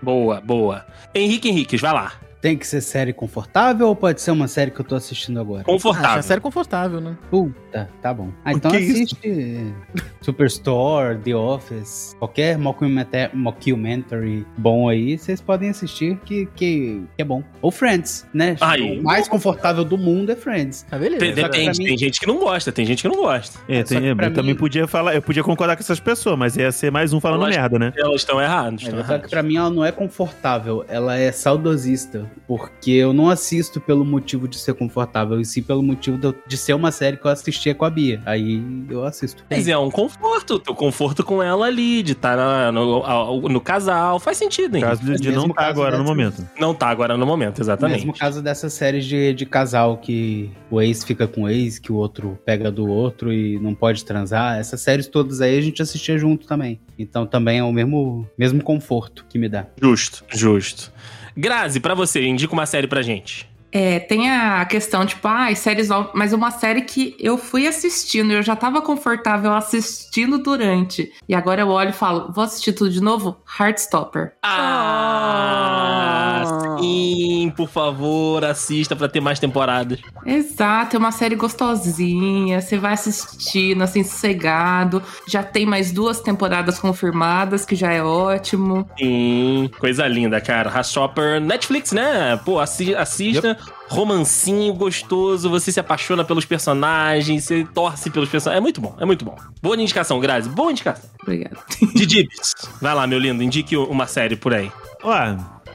C: Boa, boa. Henrique Henriques, vai lá.
G: Tem que ser série confortável ou pode ser uma série que eu tô assistindo agora?
D: Tá
B: Ah, é uma
C: Confortável.
B: série confortável, né?
G: Puta, tá bom. Ah, então
D: que é isso?
G: assiste é, Superstore, The Office, qualquer mockumenta- mockumentary bom aí, vocês podem assistir que, que, que é bom. Ou Friends, né?
C: Aí.
G: O mais confortável do mundo é Friends.
B: Ah, beleza.
C: Tem-
G: só que pra
C: Depende,
G: mim-
C: tem gente que não gosta, tem gente que não gosta.
D: É,
G: Só
D: tem-
G: que
D: eu
G: pra
D: também
G: mim-
D: podia falar, eu podia concordar com essas pessoas, mas ia ser mais um falando
C: Eu acho-
D: merda, né?
C: Elas estão erradas.
G: É,
C: estão
G: só que
C: erradas.
G: pra mim ela não é confortável, ela é saudosista. Porque eu não assisto pelo motivo de ser confortável, e sim pelo motivo de, eu- de ser uma série que eu assistia com a Bia. Aí eu assisto.
C: Mas é um conforto, teu conforto com ela ali, de estar no, ao- no casal, faz sentido, hein?
D: Caso de, de não
G: Mesmo
D: estar
G: caso
D: agora no
G: dessa-
D: momento.
C: Não tá agora no momento, exatamente.
G: Mesmo caso dessas séries de, de casal que o ex fica com o ex, que o outro pega do outro e não pode transar. Essas séries todas aí a gente assistia junto também. Então também é o mesmo, mesmo conforto que me dá.
C: Justo, justo. Grazi, pra você, indica uma série pra gente.
F: É, tem a questão, tipo, ah, séries novas, mas uma série que eu fui assistindo, eu já tava confortável assistindo durante. E agora eu olho e falo, vou assistir tudo de novo? Heartstopper.
C: Ah,
H: Ah.
C: sim, por favor, assista pra ter mais temporadas.
F: Exato, é uma série gostosinha, você vai assistindo, assim, sossegado. Já tem mais duas temporadas confirmadas, que já é ótimo.
C: Sim, coisa linda, cara. Heartstopper, Netflix, né? Pô, assi- assista, romancinho gostoso, você se apaixona pelos personagens, você torce pelos personagens. É muito bom, é muito bom. Boa indicação, Grazi, boa indicação.
F: Obrigada.
C: Didibs, vai lá, meu lindo, indique uma série por aí.
D: Ó,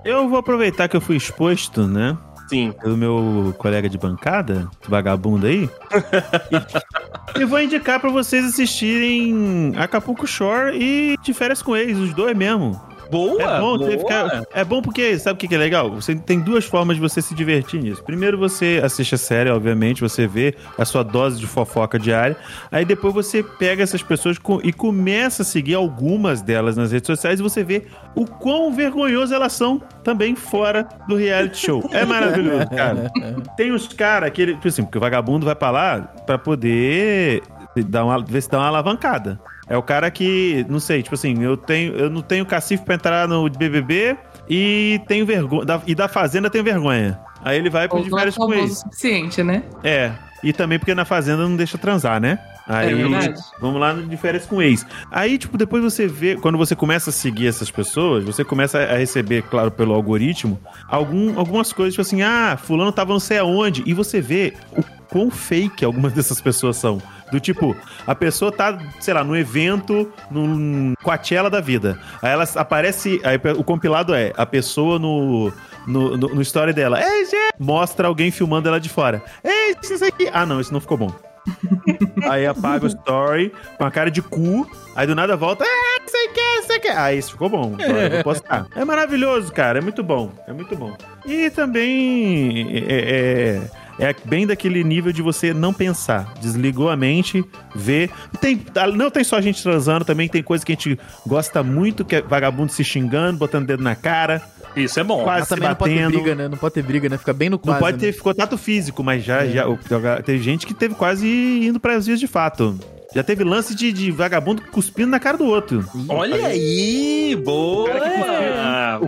D: eu vou aproveitar que eu fui exposto, né?
C: Sim.
D: Do meu colega de bancada, esse vagabundo aí. e, e vou indicar pra vocês assistirem Acapulco Shore e De Férias com Eles, os dois mesmo.
C: Boa!
D: é bom,
C: boa.
D: você ficar- é bom porque, sabe o que que é legal? Você tem duas formas de você se divertir nisso. Primeiro você assiste a série, obviamente, você vê a sua dose de fofoca diária. Aí depois você pega essas pessoas co- e começa a seguir algumas delas nas redes sociais e você vê o quão vergonhoso elas são também fora do reality show. É maravilhoso, cara. Tem os caras que ele, tipo assim, porque o vagabundo vai pra lá pra poder dar uma, ver se dá uma alavancada. É o cara que, não sei, tipo assim, eu tenho, eu não tenho cacife pra entrar no BBB e tenho vergonha da- e da fazenda tenho vergonha. Aí ele vai pro
F: Ou
D: de
F: não é
D: férias com
F: famoso
D: ele.
F: o suficiente, né?
D: É. E também porque na fazenda não deixa transar, né? Aí,
F: É verdade.
D: vamos lá de férias com ex. Aí, tipo, depois você vê, quando você começa a seguir essas pessoas, você começa a receber, claro, pelo algoritmo, algum, algumas coisas, tipo assim, ah, fulano tava não sei aonde. E você vê o quão fake algumas dessas pessoas são. Do tipo, a pessoa tá, sei lá, num evento, num Coachella da vida. Aí ela aparece, aí o compilado é a pessoa no, no, no, no story dela. Ei, gente! Mostra alguém filmando ela de fora. Ei, isso aqui. Ah, não, isso não ficou bom. aí apaga o story com a cara de cu. Aí do nada volta. É, não sei o que, não sei o que. Ah, isso ficou bom. Agora eu vou postar. É maravilhoso, cara. É muito bom. É muito bom. E também é, é, é bem daquele nível de você não pensar. Desligou a mente, vê. Tem, não tem só gente transando, também tem coisa que a gente gosta muito, que é vagabundo se xingando, botando dedo na cara.
C: Isso é bom.
D: Quase
B: Mas
D: se
B: também não pode ter
D: batendo.
B: briga, né? Não pode ter briga, né? Fica bem no
D: Não
B: quase.
D: pode
B: né?
D: ter contato físico, mas já, já o- joga- teve gente que teve quase indo para as vias de fato. Já teve lance de, de vagabundo cuspindo na cara do outro.
C: Olha aí, boa!
D: cara que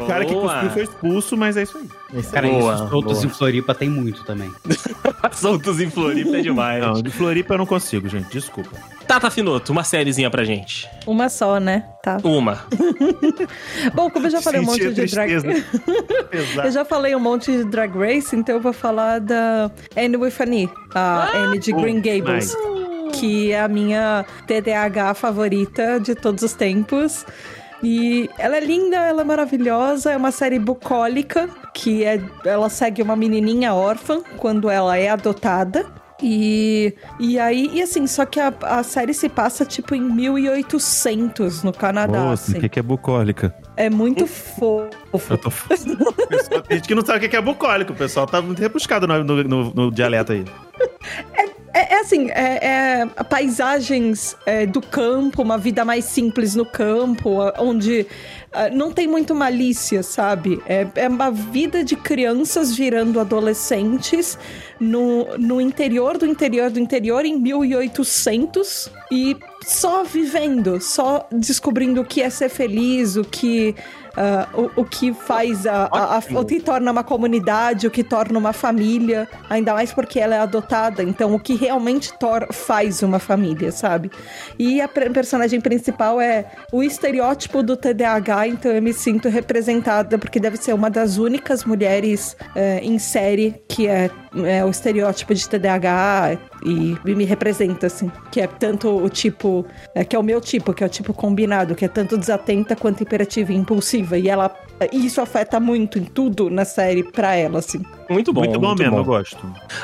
D: o cara que
C: boa.
D: cuspiu foi expulso, mas é isso aí.
B: Esse
G: Cara,
C: Boa,
G: isso soltos
C: boa.
G: em Floripa tem muito também.
C: Soltos em Floripa é demais.
D: Não, de Floripa eu não consigo, gente. Desculpa.
C: Tata Finoto, uma sériezinha pra gente.
E: Uma só, né? Tá.
C: Uma.
E: Bom, como eu já falei um
D: Senti
E: monte
D: a
E: de drag.
D: tristeza.
E: Eu
D: Pesado.
E: já falei um monte de Drag Race, então eu vou falar da Anne with an E,
D: Ah!
E: a Anne de Green Gables. Que é a minha TDAH favorita de todos os tempos. E ela é linda, ela é maravilhosa, é uma série bucólica, que é, ela segue uma menininha órfã quando ela é adotada. E, e aí, e assim, só que a, a série se passa tipo em 1800 no Canadá.
D: Nossa, o
E: assim.
D: que, que é bucólica?
E: É muito fofo.
D: Eu tô... Pessoal, tem gente que não sabe o que que é bucólico. O pessoal tá muito rebuscado no, no- no- no dialeto aí.
E: É, é assim, é, é paisagens é, do campo, uma vida mais simples no campo, a- onde ah, não tem muito malícia, sabe? É, é uma vida de crianças virando adolescentes no, no interior do interior do interior em 1800 e só vivendo, só descobrindo o que é ser feliz, o que. ah, o, o que faz a, a- a- o que torna uma comunidade, o que torna uma família, ainda mais porque ela é adotada, então o que realmente tor faz uma família, sabe? E a pre- personagem principal é o estereótipo do TDAH lá, então eu me sinto representada, porque deve ser uma das únicas mulheres é, em série que é, é o estereótipo de TDAH e, e me representa, assim. Que é tanto o tipo. é, que é o meu tipo, que é o tipo combinado, que é tanto desatenta quanto imperativa e impulsiva. E ela. E isso afeta muito em tudo na série pra ela, assim.
C: Muito bom.
D: muito bom mesmo, eu gosto.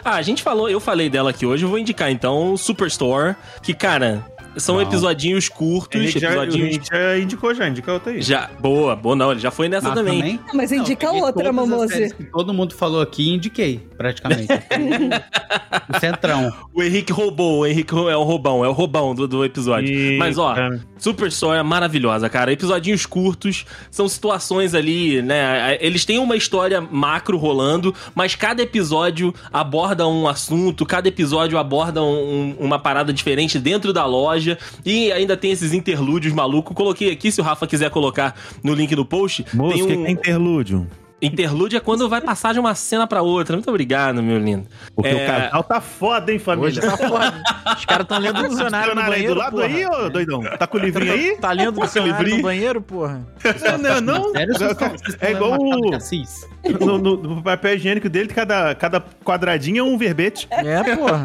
C: Ah, a gente falou, eu falei dela aqui hoje, eu vou indicar então o Superstore, que, cara, são
G: Não.
C: episodinhos
D: A
C: curtos,
D: gente já, a
C: episodinhos.
D: gente já indicou, já indica outra aí.
C: Já, boa, boa não, ele já foi nessa
G: Ah,
C: também.
E: Ah, Mas indica
G: peguei
E: outra,
G: todas as séries
E: Momose.
G: que Todo mundo falou aqui e indiquei, praticamente. o centrão.
C: O Henrique roubou, o Henrique é o roubão, é o roubão do, do episódio.
D: E-
C: Mas ó,
D: cara,
C: Super Sawyer é maravilhosa, cara. Episodinhos curtos, são situações ali, né? Eles têm uma história macro rolando, mas cada episódio aborda um assunto, cada episódio aborda um- um- uma parada diferente dentro da loja e ainda tem esses interlúdios maluco. Coloquei aqui, se o Rafa quiser colocar no link do post,
D: Moço,
C: tem
D: o que
C: um
D: que é interlúdio?
C: interlúdio é quando vai passar de uma cena pra outra. Muito obrigado, meu lindo.
D: Porque
C: É.
D: o casal tá foda, hein,
B: Hoje
D: família?
B: tá foda. Os caras estão lendo o dicionário no
D: Dicionário aí
B: banheiro,
D: do lado
B: porra.
D: aí, ô doidão? Tá com o livrinho aí?
B: Tá
C: É
B: lendo o dicionário
D: livrinho.
B: no banheiro, porra.
D: Não, não.
G: Sério, vocês
D: É
G: estão- vocês estão
D: é
G: lendo
D: igual
G: Machado
D: o,
G: de Assis?
D: no, no- no papel higiênico dele, cada, cada quadradinho é um verbete.
B: É, porra.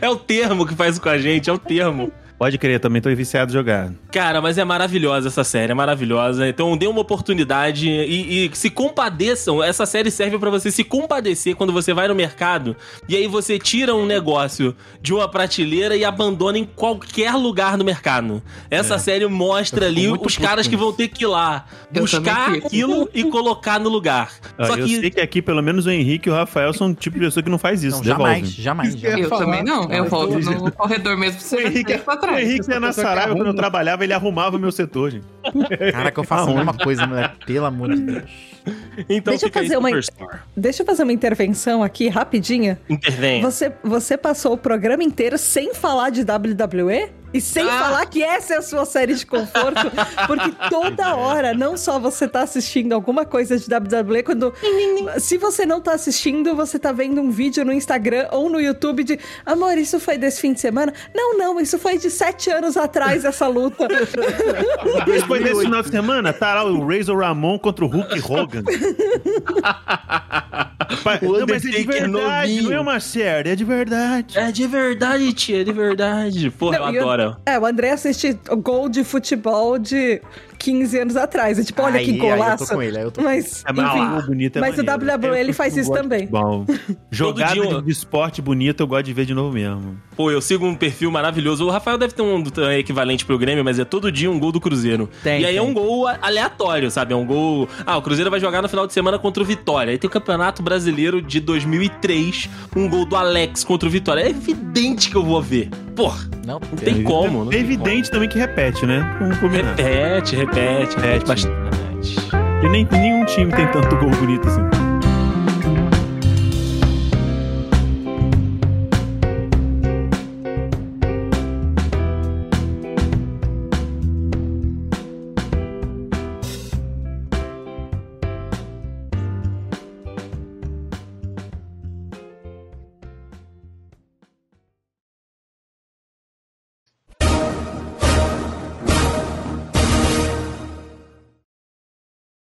C: É o termo que faz com a gente, é o termo.
D: Pode crer, também tô viciado a jogar.
C: Cara, mas é maravilhosa essa série, é maravilhosa. Então dê uma oportunidade e, e se compadeçam. Essa série serve pra você se compadecer quando você vai no mercado e aí você tira um negócio de uma prateleira e abandona em qualquer lugar no mercado. Essa série mostra
B: Eu fico
C: ali
B: muito
C: os
B: puto
C: caras
B: com
C: que
B: isso.
C: vão ter que ir lá
F: Eu
C: buscar
F: também fico.
C: aquilo e colocar no lugar.
D: Ah,
C: Só
D: eu sei
C: que
D: que aqui, pelo menos o Henrique e o Rafael são o tipo de pessoa que não faz isso.
B: Não,
D: devolve.
B: jamais, jamais, jamais.
F: Eu
G: falar.
F: também não. Eu
G: Mas
F: volto
G: tudo-
F: no corredor mesmo pra
D: O
F: você já
D: Henrique,
F: sair pra
D: o
F: trás.
D: Henrique é na
G: pessoa que
D: Saraiva, quando eu
G: arruma.
D: trabalhava, ele arrumava o meu setor, gente.
B: Caraca, eu faço a mesma coisa, moleque. Pelo amor de Deus.
C: então
E: Deixa eu
C: fica aí,
E: fazer uma-
C: Superstore.
E: Deixa eu fazer uma intervenção aqui, rapidinha.
C: Intervenha.
E: Você, você passou o programa inteiro sem falar de WWE? E sem
F: Ah.
E: falar que essa é a sua série de conforto, porque toda hora, não só você tá assistindo alguma coisa de WWE, quando. Se você não tá assistindo, você tá vendo um vídeo no Instagram ou no YouTube de amor, isso foi desse fim de semana? Não, não, isso foi de sete anos atrás essa luta.
D: Depois desse final de semana, tá lá o Razor Ramon contra o Hulk Hogan. Pai,
C: O
D: não, mas é de
C: Undertaker
D: verdade,
C: novinho.
D: não é uma série, é de verdade.
C: É de verdade, tia, é de verdade. Porra,
E: Não, e
C: eu
E: eu-
C: adoro.
E: É, o André assiste gol de futebol de 15 anos atrás. É tipo, olha que
B: Aí- aí eu tô
E: golaço.
B: com ele, aí eu tô com
E: Mas,
D: É, mas
E: enfim.
D: o bonito é
E: mas o
D: maneiro.
E: WWE ele
D: Eu
E: faz
D: gosto
E: isso
D: de
E: também.
D: futebol. Jogada
C: dia eu-
D: de esporte bonito eu gosto de ver de novo mesmo.
C: Pô, eu sigo um perfil maravilhoso. O Rafael deve ter um do- equivalente pro Grêmio, mas é todo dia um gol do Cruzeiro.
G: Tem,
C: e aí é
G: tem.
C: um gol a- aleatório, sabe? É um gol. Ah, o Cruzeiro vai jogar no final de semana contra o Vitória. Aí tem o Campeonato Brasileiro de 2003, um gol do Alex contra o Vitória. É evidente que eu vou ver. Porra,
B: Não,
C: não tem como. né? Não
D: é
C: tem
D: evidente também que repete, né? Vamos
C: como.
D: combinar.
C: Repete, repete, repete
D: Repete.
C: bastante.
D: E nem nenhum time tem tanto gol bonito assim.